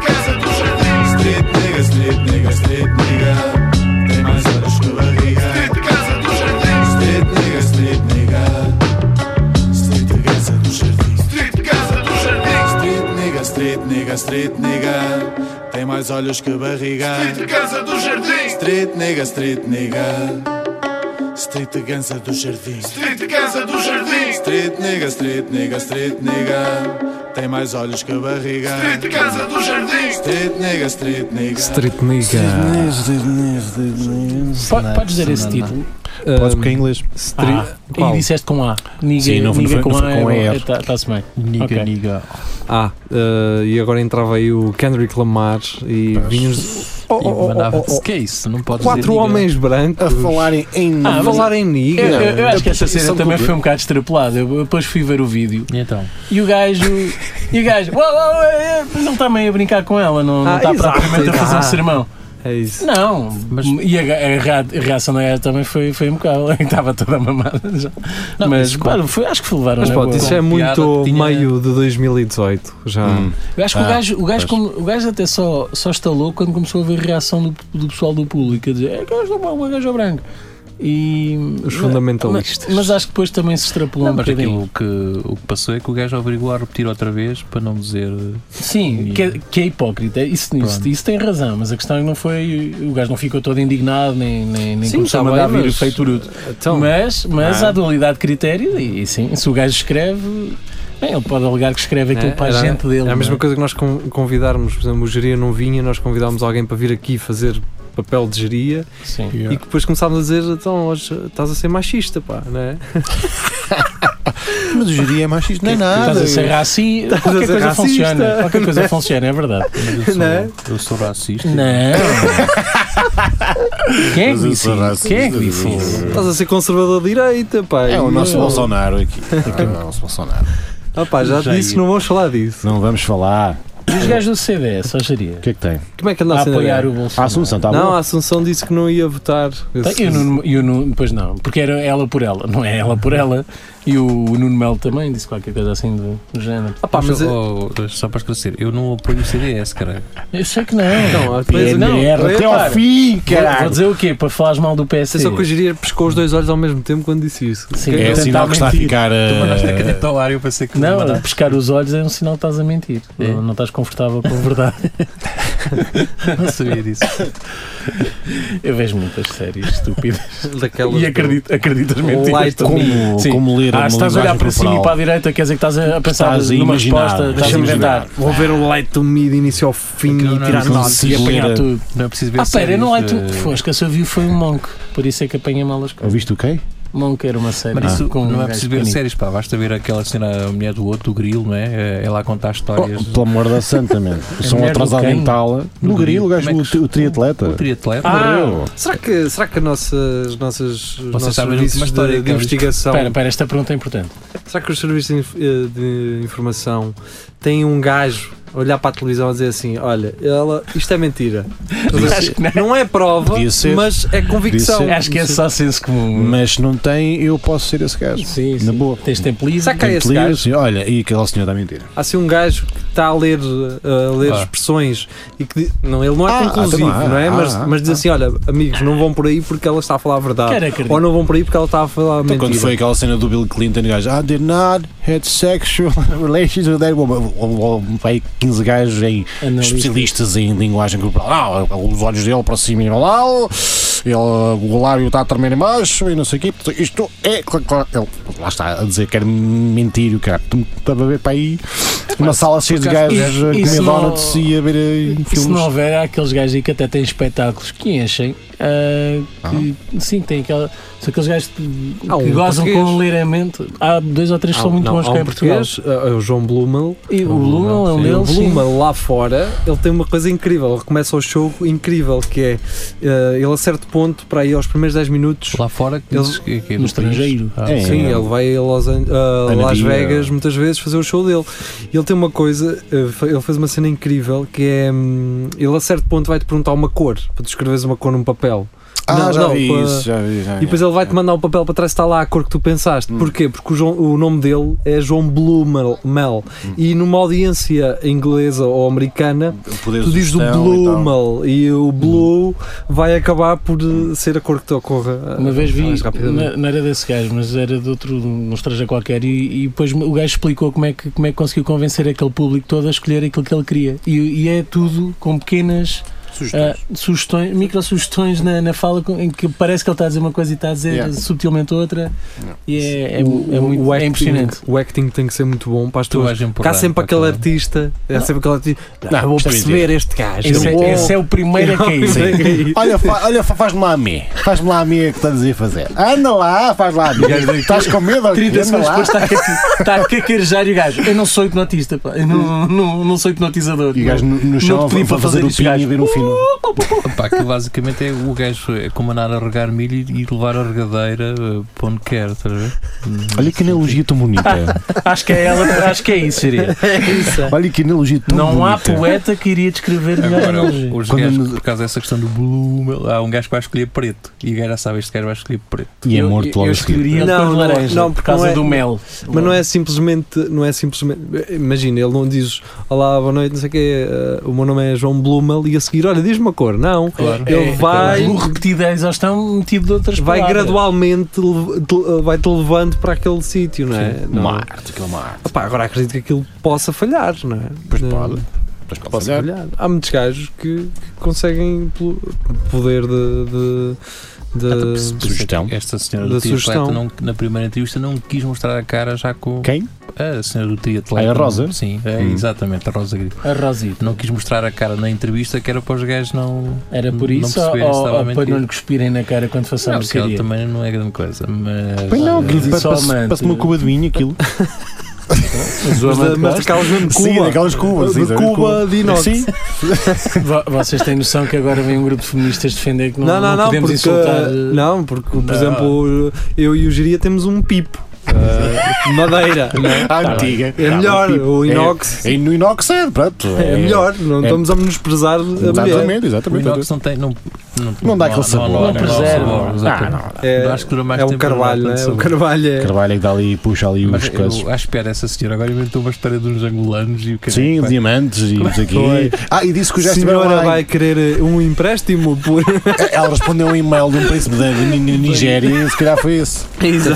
S10: casa do jardim Street casa do jardim Street nigga, street nigga, street nigga Tem mais olhos que barriga Street casa do jardim Street nigga, street nigga Street casa do jardim Street casa do jardim Street nigga, street nigga, street nigga Tem mais olhos que barriga Street casa do jardim Street nigga, street nigga Street Gansa do Jardim Street Gansa do Jardim Street nigga, street nigga, street nigga Tem mais olhos que barriga Street Gansa do Jardim Street nigga, street nigga
S2: Street Nigga.
S5: Po- Podes dizer esse título?
S3: Podes porque é inglês.
S2: Stri-
S5: Ah,
S2: Qual?
S5: E disseste com A. Niga,
S3: Sim, não foi-
S5: niga
S3: não foi-
S5: com
S3: não foi
S5: A.
S3: com
S5: é
S3: R.
S5: Está-se bem.
S3: Niga,
S5: Ok.
S3: niga.
S2: Ah, eh, e agora entrava aí o Kendrick Lamar e vinhos
S3: Oh,
S4: E mandava-te. que é isso? Não podes dizer
S2: quatro
S4: ninguém.
S2: homens brancos
S3: A falarem em.
S2: a
S5: Ah, mas-
S2: falar em nigga.
S5: Eu, eu- eu acho que esta
S3: percepção
S5: cena
S3: do
S5: também
S3: Google.
S5: foi um bocado extrapolada. Eu eu depois fui ver o vídeo
S4: E então?
S5: e o gajo. E o gajo. "Uau, uau, é, é", Mas ele está meio a brincar com ela, não, não
S2: Ah,
S5: está
S2: exato,
S5: propriamente a fazer um
S2: exato.
S5: sermão.
S2: É isso.
S5: Não, e a, a rea- a reação da gaja também foi, foi um bocado. Estava toda mamada já.
S4: Não,
S5: mas
S4: isso,
S5: pá, foi, acho que foi um levaram.
S2: Mas
S5: na
S2: pronto,
S5: boa.
S2: isso é
S4: Com piada
S2: muito
S4: que tinha-
S2: meio de 2018. Já.
S3: Hum.
S5: Eu acho que o,
S3: Ah,
S5: gajo, o, gajo
S3: pois.
S5: como- o gajo até só, só estalou quando começou a ver a reação do, do pessoal do público a dizer é gajo do bom, é gajo branco. E,
S2: Os fundamentalistas.
S5: Mas, mas acho que depois também se extrapolou
S4: Não,
S5: um
S4: mas
S5: bocadinho.
S4: aquilo que, o que passou é que o gajo obrigou a repetir outra vez para não dizer. eh,
S5: Sim, que, é- que é hipócrita. Isso, isso,
S4: Pronto.
S5: isso tem razão, mas a questão é que não foi. O gajo não ficou todo indignado, nem, nem, nem
S2: Sim,
S5: começou a
S2: tá
S5: mandar
S2: bem,
S5: vir
S2: mas-
S5: feito tudo.
S2: Então,
S5: mas mas
S2: Ah.
S5: há dualidade de critério e, e sim, se o gajo escreve. Bem, ele pode alegar que escreve aquilo
S2: É,
S5: para
S2: era-
S5: a gente dele.
S2: é a
S5: não
S2: mesma coisa que nós con- convidarmos, por exemplo, o Geria não vinha, nós convidámos alguém para vir aqui fazer papel de geria
S5: é? Sim.
S2: e que depois começámos a dizer: então, hoje estás a ser machista, pá, não é?
S3: Mas o jiri é machista. Não é
S5: Estás
S3: nada.
S5: a ser racista.
S2: a
S5: Qualquer
S2: ser
S5: coisa
S2: racista.
S5: funciona. Qualquer coisa funciona, é verdade.
S4: Mas eu sou,
S2: Não é?
S4: eu sou racista.
S5: Não. Quem é
S3: Mas
S5: que
S3: eu
S5: disse
S3: sou
S5: isso?
S3: racista,
S5: Quem é que disse
S3: digo.
S5: isso?
S2: Estás a ser conservador de direita, pá.
S3: É o
S2: E
S3: nosso
S2: eu-
S3: Bolsonaro aqui. Aqui é o nosso Bolsonaro.
S2: Ah, pá, já te
S4: Jair.
S2: disse que não vamos falar disso.
S3: Não vamos falar.
S5: E os gajos do CDS, só seria?
S3: O que é que tem?
S2: Como é que anda
S5: Ah, A
S2: a tá cena?
S5: apoiar
S2: agora?
S5: o
S3: A
S5: Bolsonaro.
S3: Assunção, está
S2: Não,
S3: bom?
S2: a Assunção disse que não ia votar.
S5: Tá, E o Nuno, e o Nuno- pois não, porque era ela por ela, não é ela por ela. E o, Nuno Melo também disse qualquer coisa assim do, do género.
S2: Ah, pá, mas.
S4: Oh, só para esclarecer, eu não apoio o CDS, caralho.
S5: Eu sei que não.
S2: Não, depois- então, é- não,
S5: PNR,
S2: eu-
S3: Até ao
S5: repara,
S3: fim,
S5: Vou, vou
S3: caralho.
S5: dizer o quê? Para falares mal do PSD?
S2: Sei é só que o Geria pescou os dois olhos ao mesmo tempo quando disse isso.
S5: Sim,
S2: Que-
S3: É
S5: Tentar
S3: sinal que está a
S5: mentir.
S3: ficar. eh,
S4: Até ao ar eu pensei que
S5: Não,
S4: mandava.
S5: pescar os olhos é um sinal que estás a mentir.
S4: É.
S5: Não, não estás confortável com a verdade.
S4: não sabia disso.
S5: Eu vejo muitas séries estúpidas
S2: Daquelas
S5: e acredito, acredito as mentiras.
S2: Light
S5: também.
S3: Como,
S5: Sim.
S3: como ler
S5: Ah,
S3: a
S5: se estás a olhar
S3: linguagem
S5: para cima e
S3: corporal.
S5: para a direita, quer dizer que estás a, a pensar
S3: Estás a
S5: numa
S3: imaginar,
S5: resposta,
S3: estás
S5: estás a
S3: a
S5: inventar.
S2: Vou ver o Light to Mid início ao fim
S4: Aquilo
S2: e
S4: não
S2: tirar
S4: é
S2: notas.
S5: E
S3: Sim,
S5: apanhar
S3: era-
S5: tudo.
S4: Não é preciso ver
S5: Ah, pera,
S4: séries,
S5: não é tu
S4: eh,
S5: que foste, que eu só vi foi o Monk, por isso é que apanha mal as coisas.
S3: Ouviste o quê?
S5: Monk era uma série.
S4: Mas isso
S5: com um
S4: não é
S5: gajo
S4: preciso ver
S5: pequenino.
S4: séries, pá. Basta ver aquela cena, a mulher do outro, o grilo, não é? Eh, Ela a contar histórias.
S3: Oh, pelo amor da santa, mano. Eu sou um
S5: mulher do
S3: atrasado
S5: quem?
S3: em tala.
S4: No
S3: No grilo, o gajo,
S4: Como é que-
S3: o, o triatleta.
S4: O triatleta.
S5: Ah!
S3: Morreu.
S2: Será que, será que a nossa, as nossas, os nossos
S4: sabem
S2: serviços
S4: uma história
S2: de, de
S4: que eu disse.
S2: investigação,
S5: Espera, espera, esta pergunta é importante.
S2: será que os serviços de, inf- eh, de informação têm um gajo a olhar para a televisão e dizer assim, olha, ela, isto é mentira.
S5: Acho que não.
S2: Não é prova,
S3: Podia ser.
S2: mas é convicção.
S3: Podia
S5: Acho que é só senso comum.
S3: Mas se não tem, eu posso ser esse gajo.
S5: Sim,
S3: Na
S5: sim.
S3: boa.
S5: Tens tempo livre.
S2: Será que há esse
S3: Livre,
S2: gajo?
S3: sim. Olha, e aquela senhora está a mentir.
S2: Há assim um gajo que está a ler, eh, a ler
S4: Ah.
S2: expressões e que di- não, ele não é
S3: Ah, ah,
S2: conclusivo,
S3: também, ah,
S2: não é? mas,
S3: ah,
S2: mas diz assim, olha, amigos, não vão por aí porque ela está a falar a
S5: Quero
S2: verdade.
S5: acreditar.
S2: Ou não vão por aí porque ela está a falar a
S3: Então,
S2: mentira.
S3: quando foi aquela cena do Bill Clinton, o gajo, I did not have sexual relations with that woman. Ou- ou- Vai 15 gajos em
S5: Analista.
S3: especialistas em linguagem corporal. Não, os olhos dele para cima e para lá, ele, o lábio está a tremer em baixo e não sei o quê. Portanto, Isto é. cla- cla- Ele, lá está a dizer que era mentir. o cara estava a ver para aí uma sala cheia de
S4: por acaso,
S3: gajos a
S5: isso- isso
S3: comer
S5: não-
S3: donuts e a ver eh,
S5: E se não
S3: filmes.
S5: houver, há aqueles gajos aí que até têm espetáculos que enchem. ah, que, Sim, tem aquela. São aqueles gajos que,
S2: Há um
S5: que gozam
S2: português.
S5: com ler a mente. Há dois ou três que são muito bons
S2: há
S5: cá
S2: um
S5: em Portugal.
S2: português, é o João Blumel.
S5: E o Blumel é um
S2: Sim, o
S5: deles. sim.
S2: Blumel lá fora, ele tem uma coisa incrível. Ele começa o show incrível, que é eh, ele a certo ponto, para aí aos primeiros 10 minutos.
S4: Lá fora, que dizes que, que é
S5: No
S4: do país.
S5: estrangeiro.
S4: Ah,
S3: É.
S2: Sim, ele vai a Los An- a
S3: Ana
S2: Las
S3: Bia.
S2: Vegas muitas vezes fazer o show dele. E ele tem uma coisa, eh, fe- ele fez uma cena incrível que é hum, ele a certo ponto vai-te perguntar uma cor, para tu escreveres uma cor num papel.
S3: Ah,
S2: Não,
S3: já
S2: não,
S3: vi
S2: pá.
S3: isso, É. já vi. já
S2: E
S3: vi.
S2: depois ele vai-te mandar o papel para trás, está lá a cor que tu pensaste.
S3: Hum.
S2: Porquê? Porque o, João- o nome dele é João Blumel. Mel.
S3: Hum.
S2: E numa audiência inglesa ou americana,
S3: O poder
S2: tu dizes o
S3: sugestão e tal. Hum.
S2: Blumel e, o Blue vai acabar por eh, ser a cor que te ocorra.
S5: Uma
S2: eh,
S5: vez vi,
S2: mais rapidamente.
S5: na- não era desse gajo, mas era de outro, um estrangeiro qualquer, e, e depois o gajo explicou como é, que, como é que conseguiu convencer aquele público todo a escolher aquilo que ele queria. E, e é tudo com pequenas Sugestões. Ah, sugestões, micro-sugestões na, na fala com- em que parece que ele está a dizer uma coisa e está a dizer
S3: Yeah.
S5: subtilmente outra. E é, é, é muito-
S2: o
S5: é
S2: acting-
S5: impressionante.
S2: O acting tem que ser muito bom para as
S4: Tu
S2: tuas.
S4: vais empurrar
S2: Cá sempre
S4: para
S2: aquele
S4: aquele-
S2: artista. Há sempre aquele artista.
S3: Não,
S2: "Ah, vou
S3: isto é
S2: perceber este gajo.
S5: Esse,
S2: eu
S5: é, esse é o primeiro a cair.
S2: Sim.
S3: Olha, fa- olha fa- faz-me lá a mim. Faz-me lá a mim é que estás a fazer. Anda lá, faz lá a mim. Estás com medo? ou quê?
S5: 30
S3: Anda
S5: segundos
S3: lá.
S5: depois está a, caque- está a cacarejar e o gajo. Eu não sou hipnotista, pá. Eu não, não, não sou hipnotizador.
S3: E o gajo no, no
S5: Não te
S3: chão a
S5: pedi
S3: fa-
S5: para
S3: a fazer
S5: fazer
S3: o
S5: isto,
S3: pinho e
S5: gajo.
S3: ver um fino.
S4: Pá, aquilo basicamente é o gajo é como andar a regar milho e e levar a regadeira eh, para onde quer, estás a ver?
S3: Olha que analogia tão bonita.
S5: Acho que é ela, acho que é isso, seria.
S2: é.
S3: Olha que analogia tão é.
S5: Não há
S3: bonita.
S5: poeta que iria descrever melhor a
S4: Agora,
S5: analogia.
S4: os
S3: Quando
S4: gajos,
S3: nos-
S4: por causa dessa questão do blue, há um gajo que vai escolher preto e o gajo já sabe, este gajo vai escolher preto.
S3: E é
S5: Eu-
S3: morto
S5: eu,
S3: logo
S5: eu
S3: a seguir.
S5: escolheria
S2: Não,
S5: não,
S2: não é-
S5: laranja
S2: não,
S5: por
S2: porque
S5: causa
S2: não é-
S5: do mel.
S2: Mas não é simplesmente, não é simplesmente. Imagina, ele não diz Olá, boa noite, não sei o quê, eh, o meu nome é João Blumel e a seguir, olha, diz-me uma cor. Não.
S4: Claro.
S2: Ele vai,
S5: É, O repetido à exaustão metido um tipo de outras
S2: vai
S5: palavras.
S2: gradualmente le- te- eh, vai-te levando para aquele sítio, não é? Não.
S3: Uma arte, aquilo é uma arte.
S2: Opá, agora acredito que aquilo possa falhar, não é?
S3: Pois
S2: Não.
S3: pode. Pois pode
S2: Posso
S3: ser.
S2: falhar. Há muitos gajos que, que conseguem pelo poder de. de,
S3: Ah,
S2: de-
S3: Sugestão.
S4: Esta senhora
S2: Da
S4: do triatleta
S2: sugestão.
S4: não, na primeira entrevista não quis mostrar a cara já com
S3: Quem?
S4: a senhora do triatleta.
S3: Ah, é a Rosa?
S4: Sim, é,
S3: Hum.
S4: exatamente, a Rosa Grito.
S5: A Rosita.
S4: Não quis mostrar a cara na entrevista que era para os gajos não.
S5: Era por
S4: Não
S5: isso ou,
S4: perceberem se
S5: ou-
S4: estava a
S5: ou para
S4: mentir.
S5: não lhe cuspirem na cara quando façam
S4: Não,
S5: a
S4: porque ele
S5: mercadoria?
S4: também não é grande coisa, mas. eh,
S3: Pois não,
S5: aquilo
S3: aquilo
S5: só amante.
S3: parece uma cuba de vinho aquilo.
S5: Mas o
S2: Mas,
S5: amante
S2: de- mas
S5: gosta.
S2: daquelas mesmo de Cuba.
S3: Sim, daquelas cubas. sim,
S2: de
S3: sabe,
S2: Cuba de inox.
S3: Sim.
S5: Vo- Vocês têm noção que agora vem um grupo de feministas defender que não,
S2: Não, não, não,
S5: podemos
S2: porque,
S5: insultar. eh,
S2: não, porque, por
S4: Não.
S2: exemplo, eu e o Geria temos um pipo eh, de madeira. não é?
S3: A antiga.
S2: É
S3: Ah,
S2: melhor,
S3: tipo,
S2: o inox
S3: É, é no inox é, pronto.
S2: é, melhor, não
S3: é-
S2: estamos a menosprezar a mulher.
S3: Exatamente,
S4: O
S3: exatamente.
S4: inox não tem. Não, não,
S3: Não dá aquele sabor. um
S4: Não, há- não, há
S5: preserva.
S4: sabor,
S3: Ah,
S4: exatamente.
S3: não, não.
S2: É,
S4: Acho que dura mais
S2: é o
S4: tempo para dar
S2: carvalho,
S4: tanto
S2: é? o
S4: sabor.
S2: carvalho é.
S3: Carvalho é que dá ali e puxa ali os
S4: Mas
S3: coisas.
S4: eu acho que era essa senhora. Agora inventou uma história de uns angolanos e o que
S3: Sim, diamantes e isso aqui.
S2: Foi.
S3: Ah, e disse que o
S2: A
S3: gesto
S2: senhora
S3: vai...
S2: vai querer um empréstimo por.
S3: Ela respondeu um e-mail de um príncipe da da Ni- Nigéria e se calhar foi esse.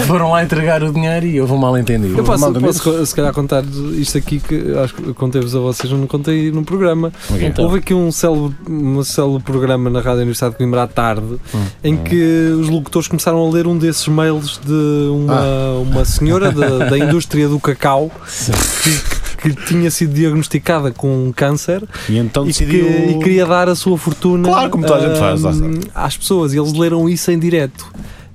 S5: Foram lá entregar o dinheiro e houve um mal entendido.
S2: Eu posso,
S3: Manda-me
S2: posso co- se calhar contar isto aqui que acho que contei-vos a vocês, eu não contei no programa. Houve aqui um célebre, um célebre programa na Rádio Universidade de Coimbra à tarde em que os locutores começaram a ler um desses mails de uma, uma senhora da, da indústria do cacau que, que tinha sido diagnosticada com um câncer
S3: E então
S2: e, que,
S3: decidiu.
S2: e queria dar a sua fortuna
S3: Claro, como toda a gente faz, lá
S2: hum, às pessoas e eles leram isso em direto.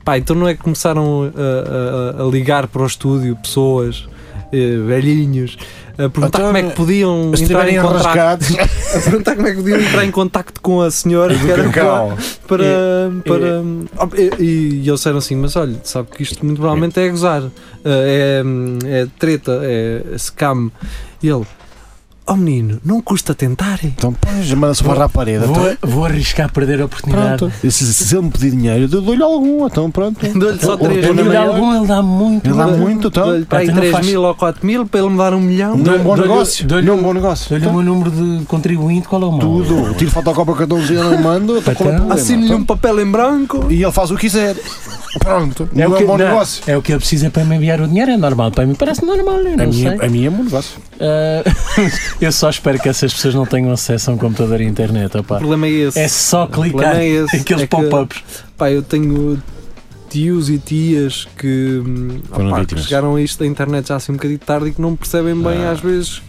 S2: Pá, então não é que começaram a, a- a ligar para o estúdio pessoas, eh, velhinhos, a perguntar
S3: Então,
S2: como é que podiam
S3: Se
S2: entrar
S3: estiverem
S2: em contacto,
S3: enrascados,
S2: a perguntar como é que podiam entrar em contacto com a senhora que era para,
S3: cacau.
S2: para, para- Oh, e, e- e eles disseram assim, mas olha, sabe que isto muito provavelmente é gozar, eh, é, é treta, é scam. E ele, oh menino, não custa tentarem.
S3: Então, pois, manda-se para a parede.
S5: Vou,
S3: Então,
S5: vou arriscar perder a oportunidade.
S3: pronto. Se, se ele me pedir dinheiro, eu dou-lhe algum. Então, pronto.
S2: Dou-lhe só
S3: Ou-
S2: três
S3: ou
S5: Ele
S2: mil.
S3: dou-lhe
S5: dá
S3: algum.
S5: algum, ele dá muito.
S3: Ele dá muito, então.
S2: Dou-lhe para aí
S5: Então não
S2: 3
S5: faz-
S2: mil ou 4 mil para ele me dar um milhão.
S3: Não é um bom
S5: Dou-lhe-
S3: negócio.
S5: dou-lhe-
S3: Não é um bom negócio.
S5: Olha o
S3: Então,
S5: meu número de contribuinte, qual é o meu?
S3: Tudo. Tiro fotocópia que eu dou e mando. então, qual é o problema? Então,
S2: Assino-lhe um papel em branco.
S3: E ele faz o que quiser. Pronto.
S5: É
S3: não
S5: o,
S3: é
S5: que,
S3: um bom
S5: não,
S3: negócio.
S5: é o que ele precisa para me enviar o dinheiro, é normal. Para mim parece normal, eu
S3: A
S5: não
S3: minha,
S5: sei.
S3: a minha é um bom negócio.
S5: Ah, eu só espero que essas pessoas não tenham acesso a um computador e internet,
S2: O
S5: opá.
S2: problema é esse.
S5: É só clicar
S2: problema é esse.
S5: aqueles
S2: É que-
S5: pop-ups.
S2: Pá, eu tenho tios e tias que, hum,
S3: Foram
S2: opá, que
S3: vítimas. Ah.
S2: chegaram a isto da internet já assim um bocadinho tarde e que não percebem bem às vezes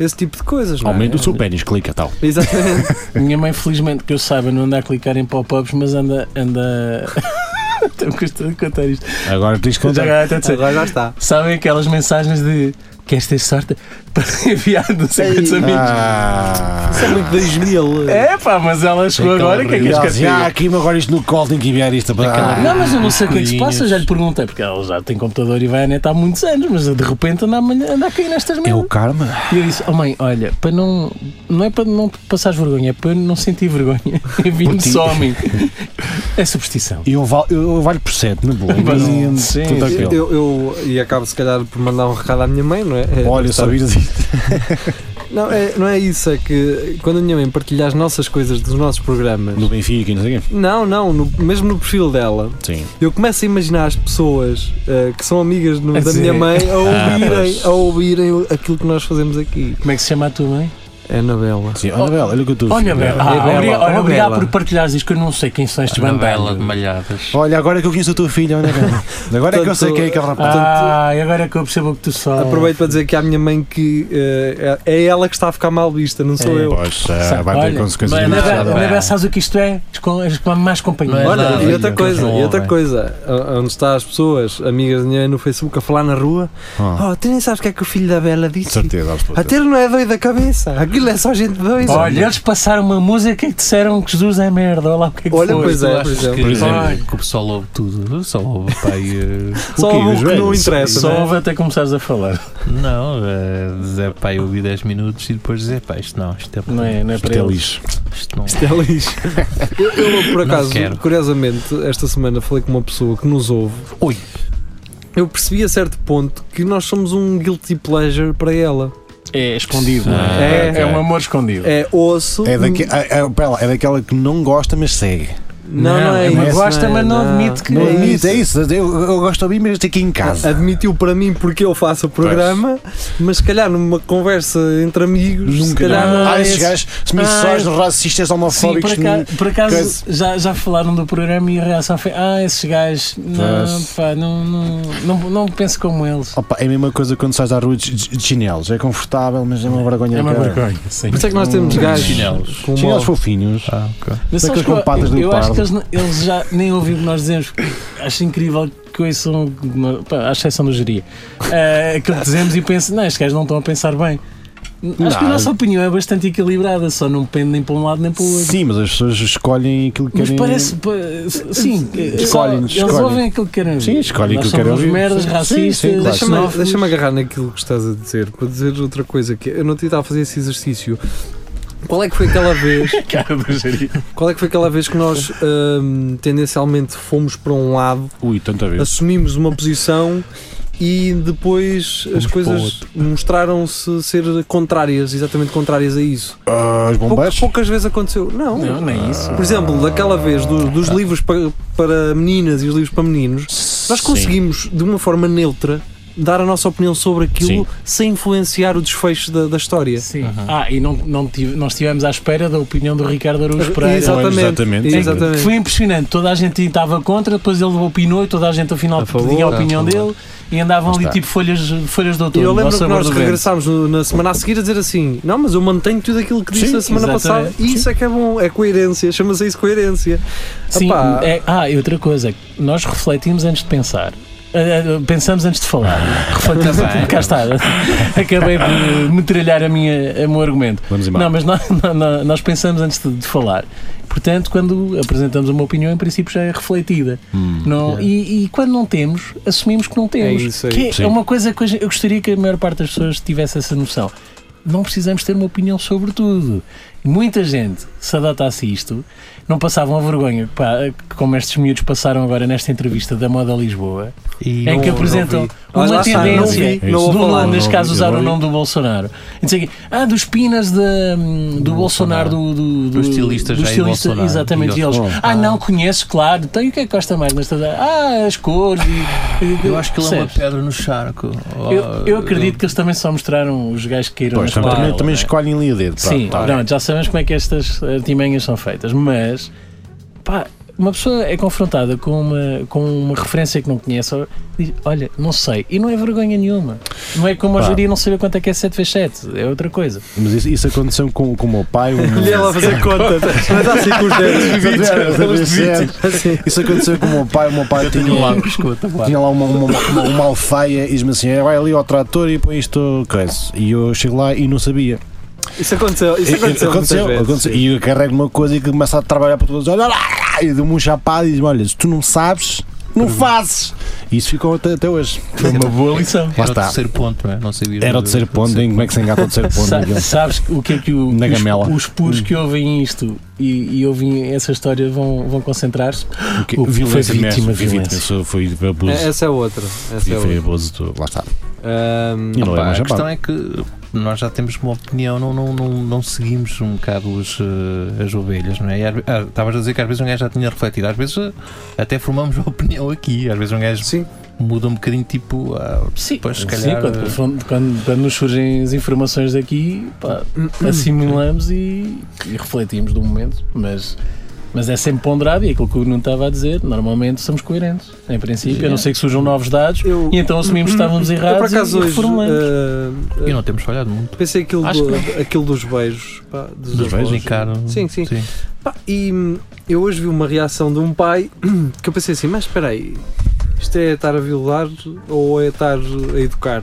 S2: esse tipo de coisas. não é?
S3: Aumenta o seu pênis, clica tal.
S2: Exatamente.
S5: Minha mãe, felizmente, que eu saiba, não anda a clicar em pop-ups, mas anda. anda... Até me custa de contar isto.
S3: Agora tens que
S5: Já
S3: contar.
S5: agora até de ser.
S2: Agora já está.
S5: Sabem aquelas mensagens de queres ter sorte para enviar não sei quantos
S3: é
S5: amigos?
S3: Ah.
S2: São muito 2000.
S5: É pá, mas ela chegou
S4: Aquela
S5: é agora, o que é que
S3: E
S5: és
S3: ela
S5: que eu
S3: dizia,
S5: te
S3: "Ah,
S5: diga?"
S3: aqui agora isto no colo tem que enviar isto para.
S5: Não, mas eu não sei o que é que se passa, eu já lhe
S4: Coelhinhos.
S5: perguntei, porque ela já tem computador e vai à net há muitos anos, mas de repente anda a, malha- anda a cair nestas
S3: É o
S5: merdas.
S3: karma.
S5: E eu disse, oh mãe, olha, para não. Não é para não passares vergonha, é para eu não sentir vergonha. Envie-me
S3: ti.
S5: só a mim. É superstição.
S3: Eu, val, eu valho por 7 na boa.
S5: Mas não-
S3: E-
S5: sim,
S3: tudo
S5: sim.
S3: aquilo.
S2: Eu, eu- e acabo se calhar por mandar um recado à minha mãe, não é? É,
S3: Olha, só
S2: sabe-
S3: viras isto.
S2: Não é, não é isso, é que quando a minha mãe partilha as nossas coisas dos nossos programas,
S3: No Benfica e não sei o quê.
S2: não, não, no- mesmo no perfil dela,
S3: Sim.
S2: eu começo a imaginar as pessoas eh, que são amigas no- da
S5: Sim.
S2: minha mãe a
S3: Ah,
S2: ouvirem,
S3: pois.
S2: a ouvirem aquilo que nós fazemos aqui.
S5: Como é que se chama a tua mãe?
S2: Anabela.
S3: Sim, Anabela, olha o que eu estou a
S5: Olha,
S3: dizer.
S5: Bela,
S2: É Bela.
S5: obrigado,
S2: Olha,
S5: obrigado
S2: Bela.
S5: por partilhares isto, que eu não sei quem são estes
S4: Uma bela
S5: bandados.
S4: de malhadas.
S3: Olha, agora que eu conheço a tua filha, olha Anabela. Agora é que eu sei quem é que é o rapaz.
S5: Ah, e agora é que eu percebo o que tu só.
S2: Aproveito para dizer que à minha mãe que eh, é é ela que está a ficar mal vista, não sou
S5: É.
S2: eu.
S3: Pois, é, vai ter
S5: Olha,
S3: consequências
S4: mas
S5: Ana
S4: Nada,
S5: Bela,
S4: pá.
S5: Ana Bela, sabes o que isto é? És com- És com a mais companhia.
S4: Mas
S2: Olha,
S4: nada,
S2: e outra
S4: que
S2: coisa,
S4: bom,
S2: e outra
S4: bem.
S2: coisa, o- onde está as pessoas, amigas minhas no Facebook, a falar na rua,
S3: Ah,
S2: oh, tu nem sabes o que é que o filho da Bela
S3: de
S2: disse?
S3: certeza, absoluta.
S2: Até ele não é doido da cabeça, aquilo é só gente doida.
S5: Olha, eles passaram uma música e disseram que Jesus é merda. Olha lá o que é que
S2: Olha,
S5: foi.
S2: pois é,
S4: Achas
S2: por exemplo.
S4: que,
S3: exemplo.
S4: que o pessoal ouve tudo. Só ouve para aí. eh,
S2: Só
S3: quê,
S2: o
S3: os
S2: que não
S3: velhos?
S2: interessa.
S5: Só
S2: né?
S5: ouve até começares a falar.
S4: Não, é, é pá, eu ouvi 10 minutos e depois dizer pá, isto não, isto é
S5: Não é, não é para
S3: Isto é
S5: eles.
S3: lixo.
S4: Isto não.
S2: Isto é lixo. Eu, eu, por
S4: Não
S2: acaso,
S4: quero.
S2: curiosamente, esta semana falei com uma pessoa que nos ouve.
S4: Ui.
S2: Eu percebi a certo ponto que nós somos um guilty pleasure para ela.
S5: É escondido. não
S2: Ah,
S5: é?
S2: ok.
S5: é um amor escondido.
S2: É osso.
S3: É, daque, é, é, pera lá, é daquela que não gosta, mas segue.
S2: Não, não, é
S5: Não,
S2: isso.
S5: mas gosta,
S2: é,
S5: mas não admite que-
S3: Não
S5: É
S3: admite, é isso. Eu, eu gosto de ouvir, mas isto aqui em casa.
S2: Admitiu para mim porque eu faço o programa, mas se calhar numa conversa entre amigos, se
S3: Nunca.
S2: calhar não
S3: Ah,
S2: é
S3: esses
S2: esse-
S3: gajos, se me
S5: Ah,
S3: racistas,
S5: Sim, por
S3: homofóbicos.
S5: acaso, por acaso
S3: coisa.
S5: já, já falaram do programa e a reação foi: Ah, esses gajos, não,
S3: Pois.
S5: pá, não, não, não, não penso como eles.
S3: Opa, é a mesma coisa quando sais à rua de, de- de chinelos. É confortável, mas é uma vergonha.
S5: É uma
S3: do caralho.
S5: vergonha, sim.
S2: Por isso é que nós temos gajos
S4: Chinelos.
S2: com uma-
S3: Chinelos fofinhos.
S4: Ah, ok.
S5: Mas
S3: Daqueles
S5: sabes que
S3: com patas
S5: eu,
S3: de
S5: eu acho
S3: leopardo.
S5: que eles, n- eles já nem ouviram o que nós dizemos. Acho incrível que ouçam, pá, à exceção do geria, eh, aquilo que dizemos e pensam: Não, estes gajos não estão a pensar bem. Acho que a
S3: Não.
S5: nossa opinião é bastante equilibrada, só não pende nem para um lado nem para o outro.
S3: Sim, mas as pessoas escolhem aquilo que
S5: Mas
S3: querem.
S5: parece. pa- Sim, eh,
S3: Escolhem,
S5: eles
S3: escolhem.
S5: ouvem aquilo que querem ouvir.
S3: Sim, escolhem
S5: Nós
S3: aquilo que querem
S5: somos
S3: ouvir.
S5: merdas
S3: Sim,
S5: racistas.
S3: sim, claro.
S5: deixa-me-
S2: Deixa-me deixa-me
S5: deixa-me-
S2: agarrar naquilo que estás a dizer para dizer outra coisa que é, eu não te estava a fazer esse exercício. Qual é que foi aquela vez? Qual é que foi aquela vez que nós hum, tendencialmente fomos para um lado,
S3: Ui, tanta vez.
S2: assumimos uma posição e depois as coisas mostraram-se ser contrárias, exatamente contrárias a isso.
S3: Ah, os
S2: Pouca-
S5: um
S3: bombeiros?
S2: poucas vezes aconteceu. Não.
S5: Não, nem isso.
S2: Por exemplo, daquela vez do- dos livros para, para meninas e os livros para meninos, nós
S3: Sim.
S2: conseguimos, de uma forma neutra, dar a nossa opinião sobre aquilo
S3: Sim.
S2: sem influenciar o desfecho da, da história.
S5: Sim. Ah, e não, não tive, nós estivemos à espera da opinião do Ricardo Araújo Pereira.
S2: Exatamente.
S3: Exatamente.
S2: Exatamente.
S5: Que Foi impressionante, toda a gente estava contra, depois ele opinou e toda a gente afinal
S2: A favor,
S5: pedia a
S2: a
S5: opinião
S2: favor.
S5: dele e andavam
S3: Lá
S5: ali
S3: está.
S5: tipo folhas, folhas de
S2: E
S5: outono.
S2: eu
S5: ao
S2: lembro que
S5: sabor
S2: nós
S5: do vento.
S2: regressámos no- na semana a seguir a dizer assim: não, mas eu mantenho tudo aquilo que disse
S3: Sim,
S2: na semana
S5: exatamente.
S2: passada. E isso é que é bom, é coerência, chama-se isso coerência.
S5: Sim,
S2: Epá.
S5: é- ah, e outra coisa, nós refletimos antes de pensar. Ah, ah, Pensamos antes de falar. Refletimos.
S4: Também.
S5: Cá está. Acabei de metralhar a minha, o meu argumento.
S3: Vamos embora.
S5: Não, mas nós, nó- nó- nós pensamos antes de, de falar. Portanto, quando apresentamos uma opinião, em princípio já é refletida. não, e, e quando não temos, assumimos que não temos.
S2: Hum, É isso aí.
S5: que é
S3: Sim.
S5: uma coisa que hoje- eu gostaria que a maior parte das pessoas tivesse essa noção. Não precisamos ter uma opinião sobre tudo. Muita gente se adotasse a isto, não passavam a vergonha pá, que como estes miúdos passaram agora nesta entrevista da Moda Lisboa,
S4: E
S5: em que
S4: não-
S5: apresentam
S2: Olha,
S5: uma
S2: lá está, não
S5: tendência
S2: vi, não vou
S5: do
S2: falar.
S5: lado neste
S3: Não
S5: caso
S3: vi,
S5: usar
S3: não
S5: o
S3: vi.
S5: nome do Bolsonaro. E dizer aqui, ah, dos pinas de, hum, do Bolsonaro, do, do,
S4: Do estilista
S5: do
S4: Jair
S5: estilista,
S4: Bolsonaro.
S5: Exatamente,
S4: E
S5: e eles,
S4: eles,
S5: ah, não, conheço, claro. Então, e o que é que gosta mais nesta Ah, as cores. e- e-
S4: Eu acho que ele é uma
S5: percebes?
S4: pedra no charco. eh,
S5: Eu, eu acredito que eles também só mostraram os gajos que caíram
S3: Pois,
S5: na
S3: também,
S5: escola,
S3: também
S5: não é?
S3: escolhem ali a dedo. Pronto,
S5: Sim,
S3: tá.
S5: pronto, já sabemos como é que estas artimanhas são feitas, mas pá, uma pessoa é confrontada com uma, com uma referência que não conhece ou diz, olha, não sei, e não é vergonha nenhuma. Não é como
S3: Pá.
S5: a geria não saber quanto é que é 7x7, é outra coisa.
S3: Mas isso, isso aconteceu com, com o meu pai. Um...
S5: é
S3: Tá
S2: Olha ela a fazer conta, mas assim com os dedos. Assim.
S3: Isso aconteceu com o meu pai. O meu pai
S5: um
S3: tinha, tinha lá uma, uma, uma, uma alfaia e diz-me assim: "É, vai ali ao trator e põe isto. coisa." E eu chego lá e não sabia.
S2: Isso aconteceu, isso
S3: E-
S2: aconteceu, muitas vezes.
S3: aconteceu. E eu carrego uma coisa e começo a trabalhar para todos. Olha lá! lá", E dou-me um chapado e diz-me: Olha, se tu não sabes,
S2: Uhum.
S3: não fazes. E isso ficou até, até hoje.
S5: Foi uma boa lição.
S3: Lá
S4: Era o
S3: está.
S4: terceiro ponto, não é? Não sabia.
S3: Era o terceiro ponto. em Como é que se engata o terceiro ponto? naquilo?
S5: sabes o que é que o-
S3: Na
S5: os,
S3: gamela.
S5: os puros que ouvem isto e, e ouvem essa história vão, vão concentrar-se?
S3: Porque
S5: O- foi
S3: violência
S5: vítima,
S3: mesmo, foi
S5: violência.
S3: vítima, Foi abuso.
S2: É, Essa é outra. Essa é
S3: E foi
S2: outra.
S3: abuso. do- Lá está.
S2: Ahm,
S3: E não é
S4: Pá,
S3: mais
S4: a questão
S3: chapado.
S4: é que nós já temos uma opinião, não, não, não, não seguimos um bocado os, eh, as ovelhas, não é? E às ve- ah, Estavas a dizer que às vezes um gajo já tinha refletido, às vezes eh, até formamos uma opinião aqui, às vezes um gajo
S2: Sim.
S4: muda um bocadinho, tipo, ah,
S5: Sim,
S4: pois, se
S5: sim
S4: calhar,
S5: quando,
S4: eh,
S5: confronto- quando- quando nos surgem as informações daqui, pá, Hum. assim, assimilamos e, e refletimos do momento, mas, mas é sempre ponderado e aquilo que o Nuno estava a dizer, normalmente somos coerentes, em princípio, a não ser que surjam novos dados e então assumimos que estávamos
S2: Uhum. Eu por
S5: errados
S2: acaso
S5: e
S2: hoje
S5: reformulamos.
S2: ah,
S4: E não temos falhado muito.
S2: pensei aquilo,
S4: Acho
S2: do-
S4: que
S2: aquilo dos beijos. pá, dos
S4: Dos beijos,
S2: avós.
S4: Ricardo.
S2: Sim, sim.
S4: Sim.
S2: Pá, e hum, eu hoje vi uma reação de um pai que eu pensei assim, mas espera aí, isto é estar a violar ou é estar a educar?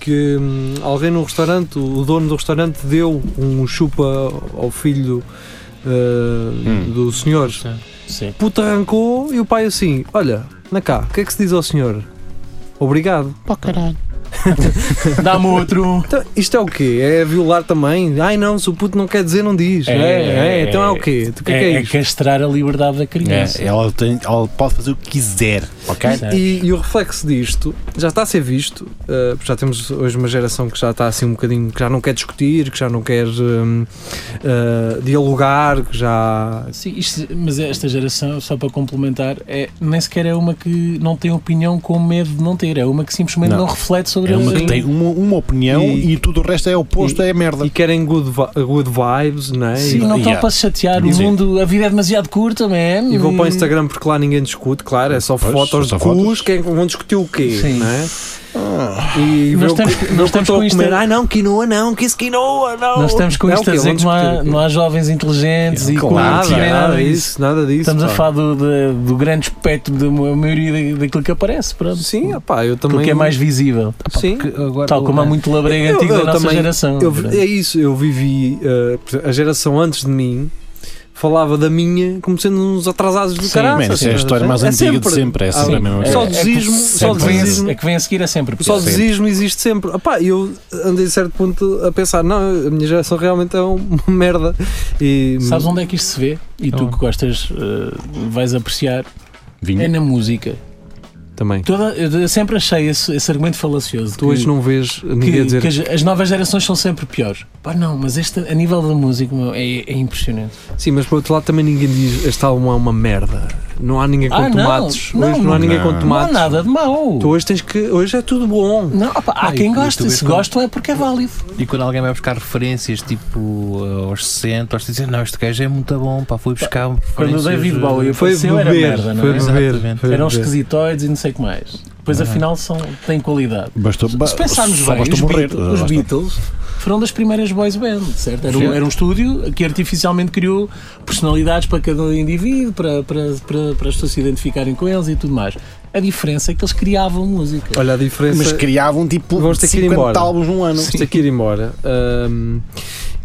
S2: Que hum, alguém no restaurante, o dono do restaurante deu um chupa ao filho uh,
S4: Hum.
S2: do senhor.
S5: Sim.
S2: Puta arrancou e o pai assim, olha, na cá, o que é que se diz ao senhor? Obrigado.
S6: Pá, caralho.
S5: Dá-me outro.
S2: Então, isto é o quê? É violar também? Ai não, se o puto não quer dizer, não diz.
S5: É,
S2: É, é, então é o quê? O que é, que é
S5: É, é
S2: isto?
S5: castrar a liberdade da criança.
S3: É, ela, tem- ela pode fazer o que quiser, ok?
S5: Certo.
S2: E, e o reflexo disto já está a ser visto, eh, porque já temos hoje uma geração que já está assim um bocadinho, que já não quer discutir, que já não quer hum, eh, dialogar, que já.
S5: Sim, isto- mas é esta geração, só para complementar, é, nem sequer é uma que não tem opinião com medo de não ter, é uma que simplesmente não,
S3: Não.
S5: reflete sobre
S3: É
S5: a
S3: uma que
S5: vida.
S3: tem uma, uma opinião
S2: E-
S3: e, tudo o resto é oposto, é merda.
S2: E querem good, vi- good vibes, né?
S5: Sim,
S2: e,
S5: não estão
S3: Yeah.
S5: para se chatear. O
S3: Sim.
S5: mundo, a vida é demasiado curta, man.
S2: e vão para o Instagram porque lá ninguém discute, claro, é só
S3: Pois,
S2: fotos
S3: só
S2: de cus,
S3: fotos. Ah.
S2: quem vão discutir o quê?
S5: Sim.
S2: Né? E
S5: Nós
S2: vê o que-
S5: estamos-
S2: vê o
S5: nós
S2: que eu
S5: estamos
S2: estou
S5: com
S2: a
S5: isto
S2: comer.
S5: a-
S2: Ai não, quinoa não, que isso quinoa não.
S5: Nós estamos com
S2: É o
S5: isto a
S2: quê?
S5: dizer
S2: Vão
S5: que não há,
S2: discutir o quê?
S5: não há jovens inteligentes e
S3: Claro,
S5: cultos,
S2: Nada,
S5: nem
S2: nada disso, nada disso.
S5: Estamos a
S2: pá.
S5: falar do, do- do grande espectro da ma- maioria da- daquilo que aparece, pronto.
S2: Sim, opá, eu também.
S5: Aquilo que é mais visível.
S2: Sim.
S4: Porque agora
S5: Tal como há muito labrega
S2: Eu-
S5: antigo
S2: eu
S5: da nossa
S2: também-
S5: geração.
S2: Eu vi- é isso, eu vivi. eh, a geração antes de mim falava da minha como sendo uns atrasados do
S5: Sim,
S2: caralho.
S3: man, essa é a história mais antiga de sempre, essa é a mesma
S5: É-
S2: Só
S5: é que-
S2: desismo,
S5: é
S2: só
S5: que vem a-
S2: desismo.
S5: é que vem a seguir é sempre.
S2: O saudosismo
S3: Sempre.
S2: existe sempre. Opá, eu andei a certo ponto a pensar, não, a minha geração realmente é uma merda. E,
S5: Sabes onde é que isto se vê? E tu
S3: Então.
S4: Ah.
S5: que gostas, eh, vais apreciar.
S3: Vinho.
S5: É na música.
S2: Também.
S5: Toda, eu sempre achei esse, esse argumento falacioso.
S2: Tu
S5: que-
S2: hoje não vês ninguém
S5: que,
S2: a dizer.
S5: que as, as novas gerações são sempre piores. Pá, não, mas este, a nível da música, meu, é, é impressionante.
S2: Sim, mas por outro lado também ninguém diz este álbum é uma merda. Não há ninguém com
S5: Ah, não,
S2: tomates.
S5: não,
S2: hoje não,
S5: não.
S2: há ninguém com
S3: Não.
S5: Não há
S2: tomates.
S5: nada de mau.
S2: Tu hoje tens que. Hoje é tudo bom.
S5: Não, opa, há
S4: Ah, e
S5: quem
S4: tu- e
S5: goste.
S4: tu vês
S5: Se
S4: quando-
S5: gostam é porque é válido.
S4: E quando alguém vai buscar referências, tipo eh, aos 60, aos 60, não, este gajo é muito bom, pá, foi buscar
S5: Quando o
S4: referências.
S5: David
S4: eh,
S5: Bowie
S2: Foi
S5: apareceu era
S2: beber.
S5: merda, não
S2: Foi
S5: é?
S2: beber.
S4: Exatamente.
S2: foi
S5: Eram
S2: beber.
S5: esquisitoides e não sei o que mais. Depois afinal são, têm qualidade.
S2: É.
S3: Bastou, ba-
S5: Se pensarmos
S3: só
S5: bem, os,
S3: basta morrer.
S5: Beatles, os Beatles foram das primeiras boys band, certo? Era um, era um estúdio que artificialmente criou personalidades para cada indivíduo, para, para, para, para as pessoas se identificarem com eles e tudo mais. A diferença é que eles criavam música.
S2: Olha a diferença.
S3: Mas criavam tipo
S2: Vamos ter que ir
S3: 50
S2: embora.
S3: álbuns num ano.
S2: Vamos ter que ir embora. Ahm,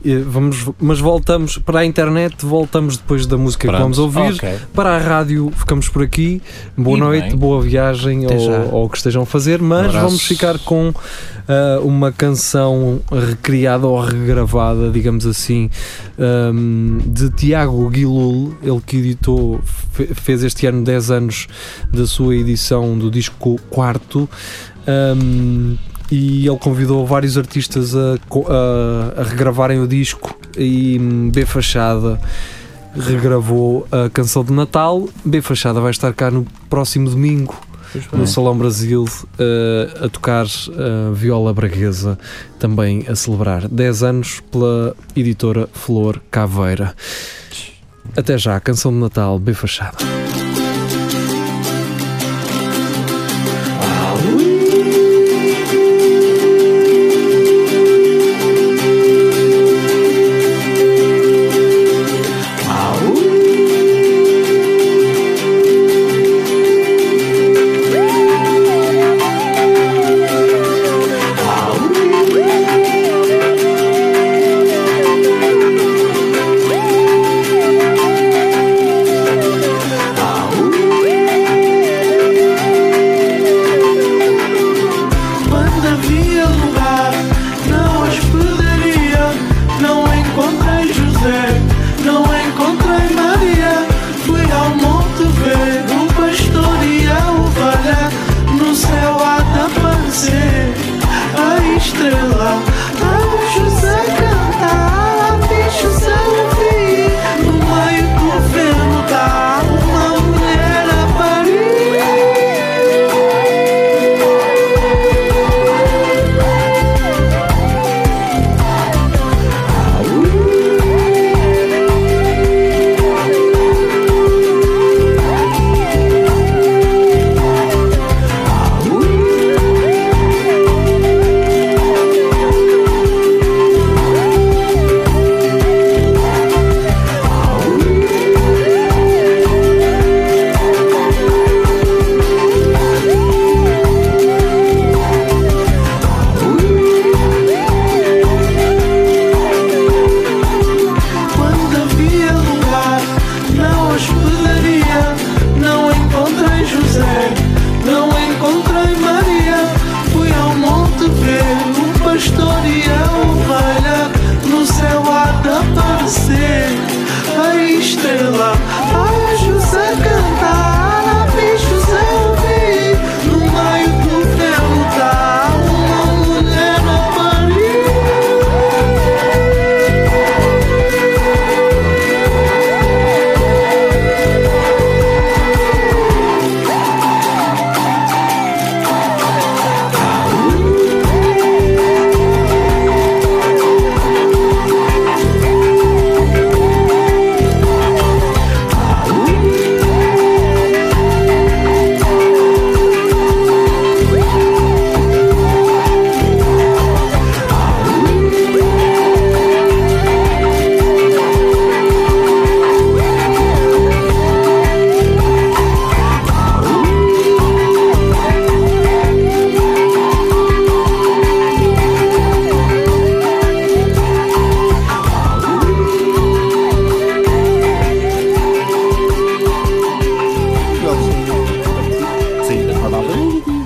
S2: e vamos, mas voltamos para a internet, voltamos depois da música que
S3: Pronto.
S2: vamos ouvir.
S5: Ok.
S2: Para a rádio, ficamos por aqui. Boa
S5: E
S2: noite,
S5: bem.
S2: boa viagem
S4: Até já.
S2: ou, ou o que estejam a fazer. Mas
S3: abraço.
S2: vamos ficar com ah, uma canção recriada ou regravada, digamos assim, ahm, de Tiago Guilul. Ele que editou, fe- fez este ano 10 anos da sua edição do disco Quarto. Ahm, e ele convidou vários artistas a, co- a- a regravarem o disco e hum, B Fachada regravou a canção de Natal. B Fachada vai estar cá no próximo domingo no Salão Brasil eh, a tocar eh, viola braguesa, também a celebrar 10 anos pela editora Flor Caveira. Até já, canção de Natal, B Fachada.
S11: Thank you.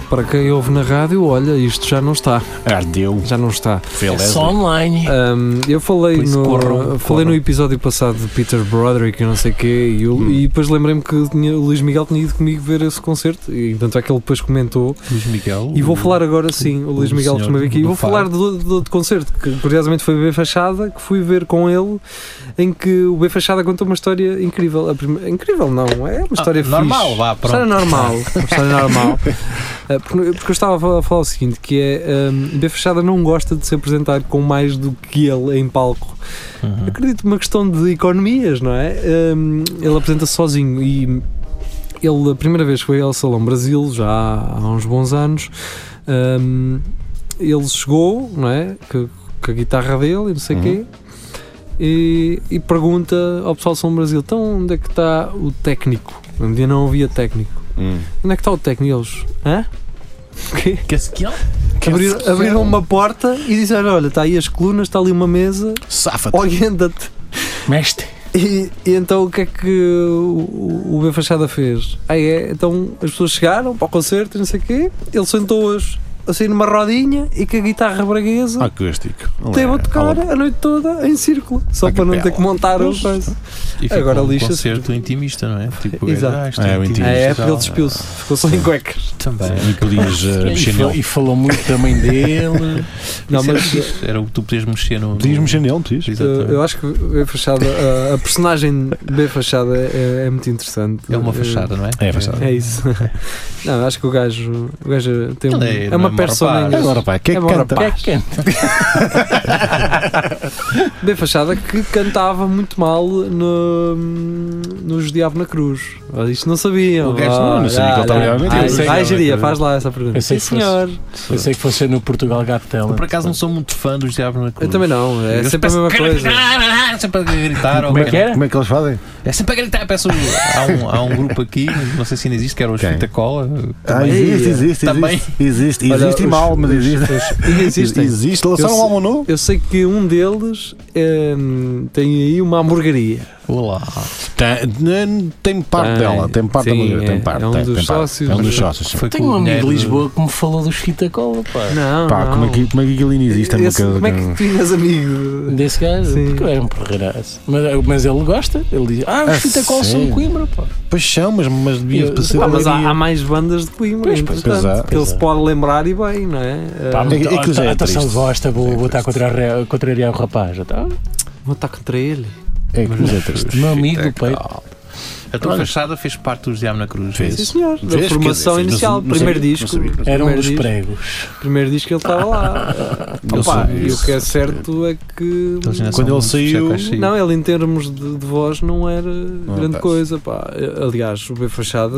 S10: tá
S2: quem ouve na rádio, olha, isto já não está.
S3: Ardeu.
S2: Já não está.
S5: É só online.
S2: Um, eu falei,
S5: Por isso
S2: no,
S5: corram,
S2: falei no episódio passado de Peter Broderick e não sei o quê, e, eu- e depois lembrei-me que tinha- o Luís Miguel tinha ido comigo ver esse concerto, e tanto é que ele depois comentou.
S4: Luís Miguel.
S2: E vou falar agora sim, o Luís
S4: o
S2: Miguel
S4: senhor
S2: costuma vir aqui, e
S4: do
S2: vou
S4: Faro.
S2: falar do, do outro concerto, que curiosamente foi o B Fachada, que fui ver com ele, em que o B Fachada contou uma história incrível. A prime- Incrível não, é uma história fixe.
S4: Ah, normal, vá, pronto.
S2: História normal, uma história normal. Ah, Porque, porque eu estava a falar, a falar o seguinte, que é, um, B Fachada não gosta de se apresentar com mais do que ele em palco. Acredito uma questão de economias, não é? Hum, ele apresenta sozinho e ele a primeira vez que foi ao Salão Brasil, já há uns bons anos, hum, ele chegou, não é? Que, com a guitarra dele e não sei o quê. E, e pergunta ao pessoal do Salão Brasil: então onde é que está o técnico? Um dia não havia técnico. Onde é que está o técnico? E Eles, hã? O quê?
S4: Que skill?
S2: Abrir- abriram uma porta e disseram: Olha, está aí as colunas, está ali uma mesa,
S3: Safa-te.
S2: orienta-te.
S5: Mestre.
S2: E, e então o que é que o, o B Fachada fez? Ah, é? Então as pessoas chegaram para o concerto e não sei o quê, ele sentou-as assim numa rodinha e com a guitarra braguesa
S3: tá Acústico. é?
S2: teve a tocar a noite toda em círculo, só
S3: A
S2: para não ter
S3: capela.
S2: que montar o coisa.
S4: E ficou
S2: Agora
S4: um
S2: lixa-se.
S4: concerto intimista, não é? Tipo,
S2: Exato.
S4: Ah, isto
S3: É, o
S2: A
S3: intimista.
S2: época ele despiu-se, ficou só em cuecas.
S4: Também. é
S3: E podias eh,
S5: E,
S3: mexer
S5: fa-
S3: nele.
S5: e falou muito da mãe dele.
S2: Não,
S4: Isso era
S2: mas-
S4: fixe, Era o que tu podias mexer no.
S3: Podias mexer nele, podias.
S2: Eu,
S4: Exatamente.
S2: eu acho que o B Fachada, a, a personagem B Fachada é, é muito interessante.
S4: É uma fachada, não é?
S3: É, fachada.
S2: É isso. Não, acho que o gajo, o gajo tem um,
S4: Ele é-
S2: é,
S4: não é
S2: uma
S4: mau
S2: persona.
S4: rapaz.
S3: Agora, pá, quem é
S2: É
S3: que
S2: bom
S3: canta?
S2: rapaz.
S5: Que é que-
S2: B Fachada que cantava muito mal no, nos Diabo na Cruz. Ah, Isto não sabiam.
S4: O gajo
S2: Ah,
S3: não, não sabia que ele
S2: ah,
S3: trabalhava
S2: ah,
S3: na
S2: ah,
S4: Cruz.
S2: Vai,
S4: Eu sei que
S2: Geria,
S4: ele- é.
S2: faz lá essa pergunta.
S5: Eu sei
S2: Sim,
S5: que fosse.
S2: senhor.
S5: Eu sei que fosse no Portugal Got Talent.
S4: Eu, por acaso não sou muito fã dos Diabo na Cruz.
S2: Eu também não, é
S4: Eu
S2: sempre a
S4: peço-
S2: mesma coisa.
S4: ah, Sempre a gritar.
S5: Como é que era?
S3: Como é que eles fazem?
S4: É sempre a gritar. Peço, há, um, há um grupo aqui, não sei se ainda existe, que era os
S3: Quem?
S4: Fita Cola.
S3: Ah, existe, existe,
S4: Também.
S3: existe. Existe,
S2: Olha,
S3: existe e
S2: os-
S3: mal, mas existe.
S2: Ainda existem.
S3: Existe.
S2: Eu
S3: Lançaram um
S2: sei-
S3: álbum novo?
S2: Eu sei que um deles hum, tem aí uma hamburgueria.
S4: Olá.
S3: Tem, tem parte
S2: Tem.
S3: dela, tem parte da
S2: Sim,
S3: mulher,
S2: é-
S3: tem parte.
S2: é um
S3: tem-
S2: dos
S3: tem parte.
S2: sócios.
S3: É um dos sócios. sim.
S4: Foi
S5: Tenho um
S4: com o
S5: amigo de
S4: dinheiro-
S5: Lisboa que me falou dos Fita Cola, pá.
S2: Não,
S3: Pá,
S2: não.
S3: como é que como é que aquilo ainda existe? É uma
S2: Esse-
S3: coisa
S2: como é que tu és amigo?
S5: Desse gajo,
S2: Sim.
S5: porque eu era um porreiraço. Mas, mas ele gosta, ele diz: Ah,
S3: Ah,
S5: os Fita Cola são
S3: sério?
S5: de Coimbra, pá.
S3: Paixão, mas, mas devia
S5: Eu-
S3: parecer
S2: Ah, mas há,
S3: alegria.
S2: há mais bandas de Coimbra,
S5: Pois,
S2: entretanto,
S3: pois há,
S2: que ele
S3: pois
S2: se
S3: há.
S2: pode lembrar e bem, não é?
S5: Pá,
S2: Ah,
S3: é que- é que já é
S5: a atuação
S3: triste.
S5: de Vosta, vou vou estar a contrariar- contrariar o rapaz. já está.
S2: vou estar contra ele.
S3: É que nos é triste.
S5: Meu amigo do peito.
S4: A tua fachada fez parte dos Diabo na Cruz. é
S3: Fez.
S2: Sim, senhor.
S3: Vês que-
S2: a formação
S3: não-
S2: inicial,
S3: não
S2: primeiro
S3: sabia, não
S2: disco.
S3: sabia, não sabia.
S5: Era um
S2: primeiro
S5: dos
S2: disco-
S5: pregos.
S2: Primeiro disco que ele estava lá.
S3: Eu
S2: Opa,
S3: sabia
S2: e o
S3: isso. Então,
S2: que é certo é que.
S4: Eles ainda
S3: Quando
S4: são
S3: ele
S4: muito
S3: saiu-
S4: chacais, saiu.
S2: Não, ele em termos de, de voz não era grande
S3: parece.
S2: coisa. Pá. Aliás, o B Fachada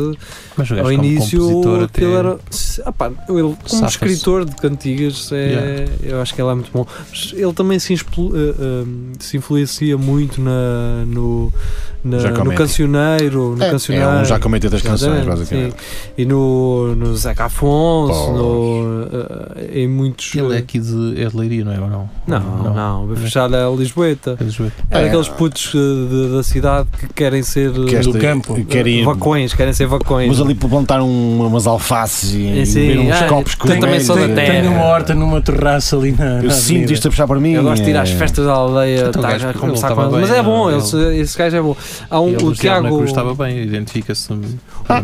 S4: Mas o gajo
S2: ao
S4: como um compositor
S2: início
S4: até-
S2: aquilo era. Ah, pá, ele, como
S4: Safa-se.
S2: escritor de cantigas, é,
S4: Yeah.
S2: eu acho que ele é muito bom. Mas ele também se, inspu- eh, eh, se influencia muito na, no, na-
S3: Giacometti.
S2: no cancioneiro. No
S3: É,
S2: cancioneiro
S3: é um já comentei das canções,
S2: Exatamente,
S3: basicamente.
S2: sim. E no, no Zeca Afonso,
S3: Pois.
S2: no, eh, em muitos.
S4: Ele é aqui de, é de Leiria, não é? Ou não?
S2: Não, não, o B Fachada é Lisboeta.
S4: É de Lisboa.
S2: É,
S3: É.
S2: daqueles putos eh, de- da cidade que querem ser eh,
S3: Queres ter-
S5: campo.
S3: Querem
S2: eh,
S3: ir.
S2: vacões, querem ser vacões.
S3: Mas ali para plantar um- umas alfaces e,
S2: É,
S3: e
S2: sim.
S3: beber uns
S2: Ah,
S3: copos com
S2: tem- também
S3: velhos,
S2: só da
S3: é-
S2: terra.
S5: Tenho uma horta numa terraça ali na.
S3: Eu
S5: na
S3: sinto
S5: avenida.
S3: isto a puxar para mim.
S2: Eu gosto de ir às
S3: é-
S2: festas da aldeia,
S4: Então, o
S2: tá,
S4: gajo
S2: a
S4: que
S2: conversar
S4: ele
S2: com
S4: estava
S2: ele. Mas
S4: bem,
S2: é bom,
S4: ele-
S2: esse, esse gajo é bom. Há um,
S4: Ele
S2: o
S4: do Diabo na
S2: Tiago.
S4: Cruz estava bem, identifica-se um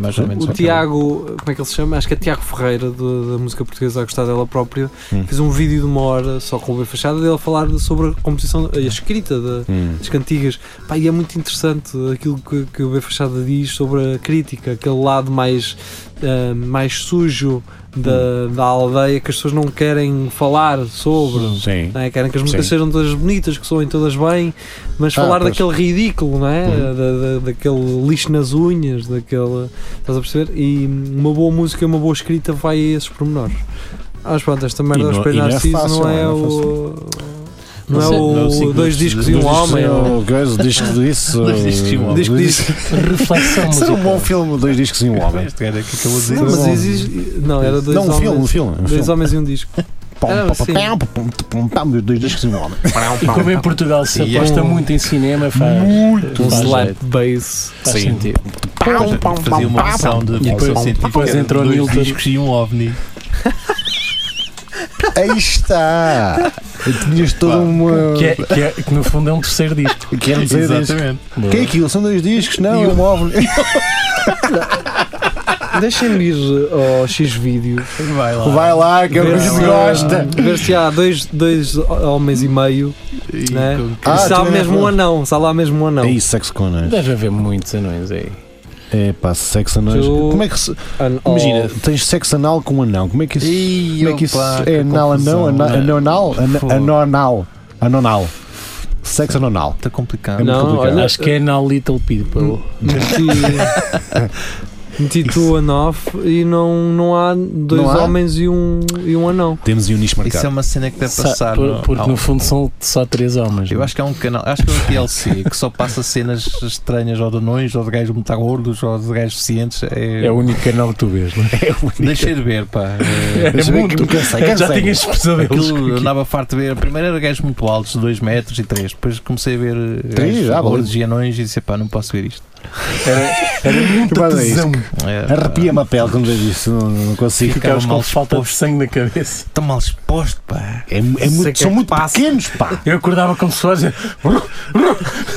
S4: mais ou menos.
S2: O Tiago, como é que ele se chama? Acho que é Tiago Ferreira, do- da música portuguesa a gostar dela própria.
S3: Hum.
S2: Fez um vídeo de uma hora só com o B Fachada dele a falar sobre a composição, a escrita da-
S3: Hum.
S2: das cantigas. Pá, e é muito interessante aquilo que, que o B Fachada diz sobre a crítica, aquele lado mais, ah, mais sujo da,
S4: Hum.
S2: da aldeia que as pessoas não querem falar sobre.
S3: Sim.
S2: não é? Querem que as músicas
S3: Sim.
S2: sejam todas bonitas, que soem todas bem, mas
S3: Ah,
S2: falar
S3: pois.
S2: daquele ridículo, não é?
S3: Uhum.
S2: Da- da- daquele lixo nas unhas, daquele. Estás a perceber? E uma boa música, uma boa escrita vai a esses pormenores. Ah, mas pronto, esta merda
S3: E
S2: dos
S3: não- e
S2: Pés
S3: não é
S2: Narciso
S3: fácil,
S2: não é
S3: não é
S2: o. Não
S4: Não
S2: é
S4: sei, não é o
S2: o
S4: ciclo
S2: dois
S4: dos-
S2: discos
S4: dos
S2: e um
S4: dois discos
S2: homem.
S4: e
S2: ou-
S3: Oh, guys, disco disso.
S4: Dois discos e um homem.
S2: Disco disso.
S5: Reflexão
S3: Será um bom
S5: musical.
S3: filme, dois discos e um homem.
S4: Este gajo aqui é acabou de dizer.
S2: Não, mas
S3: Dois homens.
S2: exige. Não, era dois
S3: Não, um filme, um
S2: homens.
S3: filme. um
S2: Dois
S3: filme.
S2: homens e um disco.
S3: Pom,
S2: Ah,
S3: pom,
S2: sim.
S3: pam, pom, pom, pam, Dois discos e um homem.
S5: E como em Portugal se
S4: E é
S5: aposta
S4: um-
S5: muito em cinema, faz.
S2: Um
S5: faz
S2: slap
S5: jeito,
S2: bass.
S5: faz
S3: Sim.
S5: sentido.
S4: Fazia uma versão de
S5: depois-
S4: ficção científica
S5: depois
S4: de
S5: entrou
S4: dois
S5: Newton.
S4: discos e um ovni.
S3: Aí está! Tinhas toda uma.
S5: Que, é- que é- que no fundo é um terceiro disco.
S3: Que é um terceiro disco.
S4: Exatamente.
S3: Que é aquilo? São dois discos? Não,
S5: E
S3: é
S5: um-
S3: um óvulo.
S2: Deixem-me ir ao X-Vídeo
S4: Vai lá.
S3: Vai lá, que eu
S2: ver,
S3: não
S2: se-
S3: gosta.
S2: ver se há dois, dois homens e meio
S4: E
S2: né?
S4: com-
S3: Ah,
S2: e se há
S3: também é
S2: mesmo um
S3: bom.
S2: anão. Se há lá mesmo um anão.
S3: Aí, É sexo com nós.
S5: Deve haver muitos anões aí.
S3: É pá, sexo anal.
S2: Tu-
S3: Como é que se.
S2: An-
S3: Imagina, é
S2: oh,
S3: tens sexo anal com um anão. Como é que isso.
S4: Ih,
S3: como é que isso
S4: opa, que
S3: é anal, anão, ana-
S4: confusão.
S3: anonal? Ana-
S4: Fogo.
S3: Anonal. Anonal. Sexo anonal.
S4: Está complicado.
S2: Não,
S3: complicado.
S2: olha,
S5: Acho que é Now Little People.
S2: meti, meti tu a 9 e não, não há dois
S3: Não há?
S2: homens E, um, e um anão.
S3: Temos aí um nicho
S4: Isso é
S3: marcado.
S4: uma cena que deve
S5: Sa-
S4: passar.
S5: por-
S4: no-
S5: porque
S4: ao-
S5: no fundo são só três homens.
S4: Eu acho que há um canal, acho que é um TLC que só passa cenas estranhas ou de anões ou de gajos muito gordos ou de gajos deficientes. É,
S5: É o único canal que tu vês, não é?
S4: Deixei de ver, pá. É,
S3: Deixa eu ver que me cansei,
S5: Já
S3: cansei.
S5: tinhas pesadelos.
S4: Aquilo eu andava farto de ver. Primeiro era gajos muito altos, 2 metros e 3. Depois comecei a ver eh,
S3: Três,
S4: gajos
S3: já,
S5: ah,
S4: gordos e anões e disse: pá, não posso ver isto.
S3: Que merda é isso?
S4: É, pá,
S3: Arrepia-me a pele quando vejo isso. Não, não consigo.
S4: Ficava
S5: Ficavas com
S4: mal
S5: falta de sangue na cabeça.
S4: Tão mal exposto, pá.
S3: É, é muito, são muito pequenos, pá.
S5: Eu acordava com suores.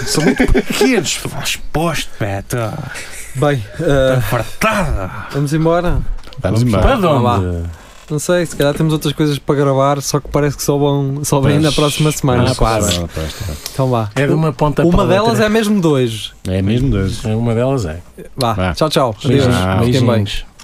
S4: São muito pequenos, mal exposto, pá. Estou
S2: Bem, ah,
S4: fartado.
S2: vamos embora.
S3: Vamos
S5: Para
S3: embora.
S5: onde?
S2: lá. Não sei, se calhar temos outras coisas para gravar, só que parece que só vão só vêm na próxima semana.
S5: Ah, pois.
S2: Então vá.
S5: É de uma ponta para
S2: Uma
S5: a
S2: delas
S5: outra.
S2: é mesmo dois.
S3: É mesmo dois.
S5: é. Uma delas é.
S2: Vá.
S3: Vá.
S2: Tchau, tchau.
S3: Beijinhos.
S2: Adeus. Fiquem bem.
S5: Beijinhos.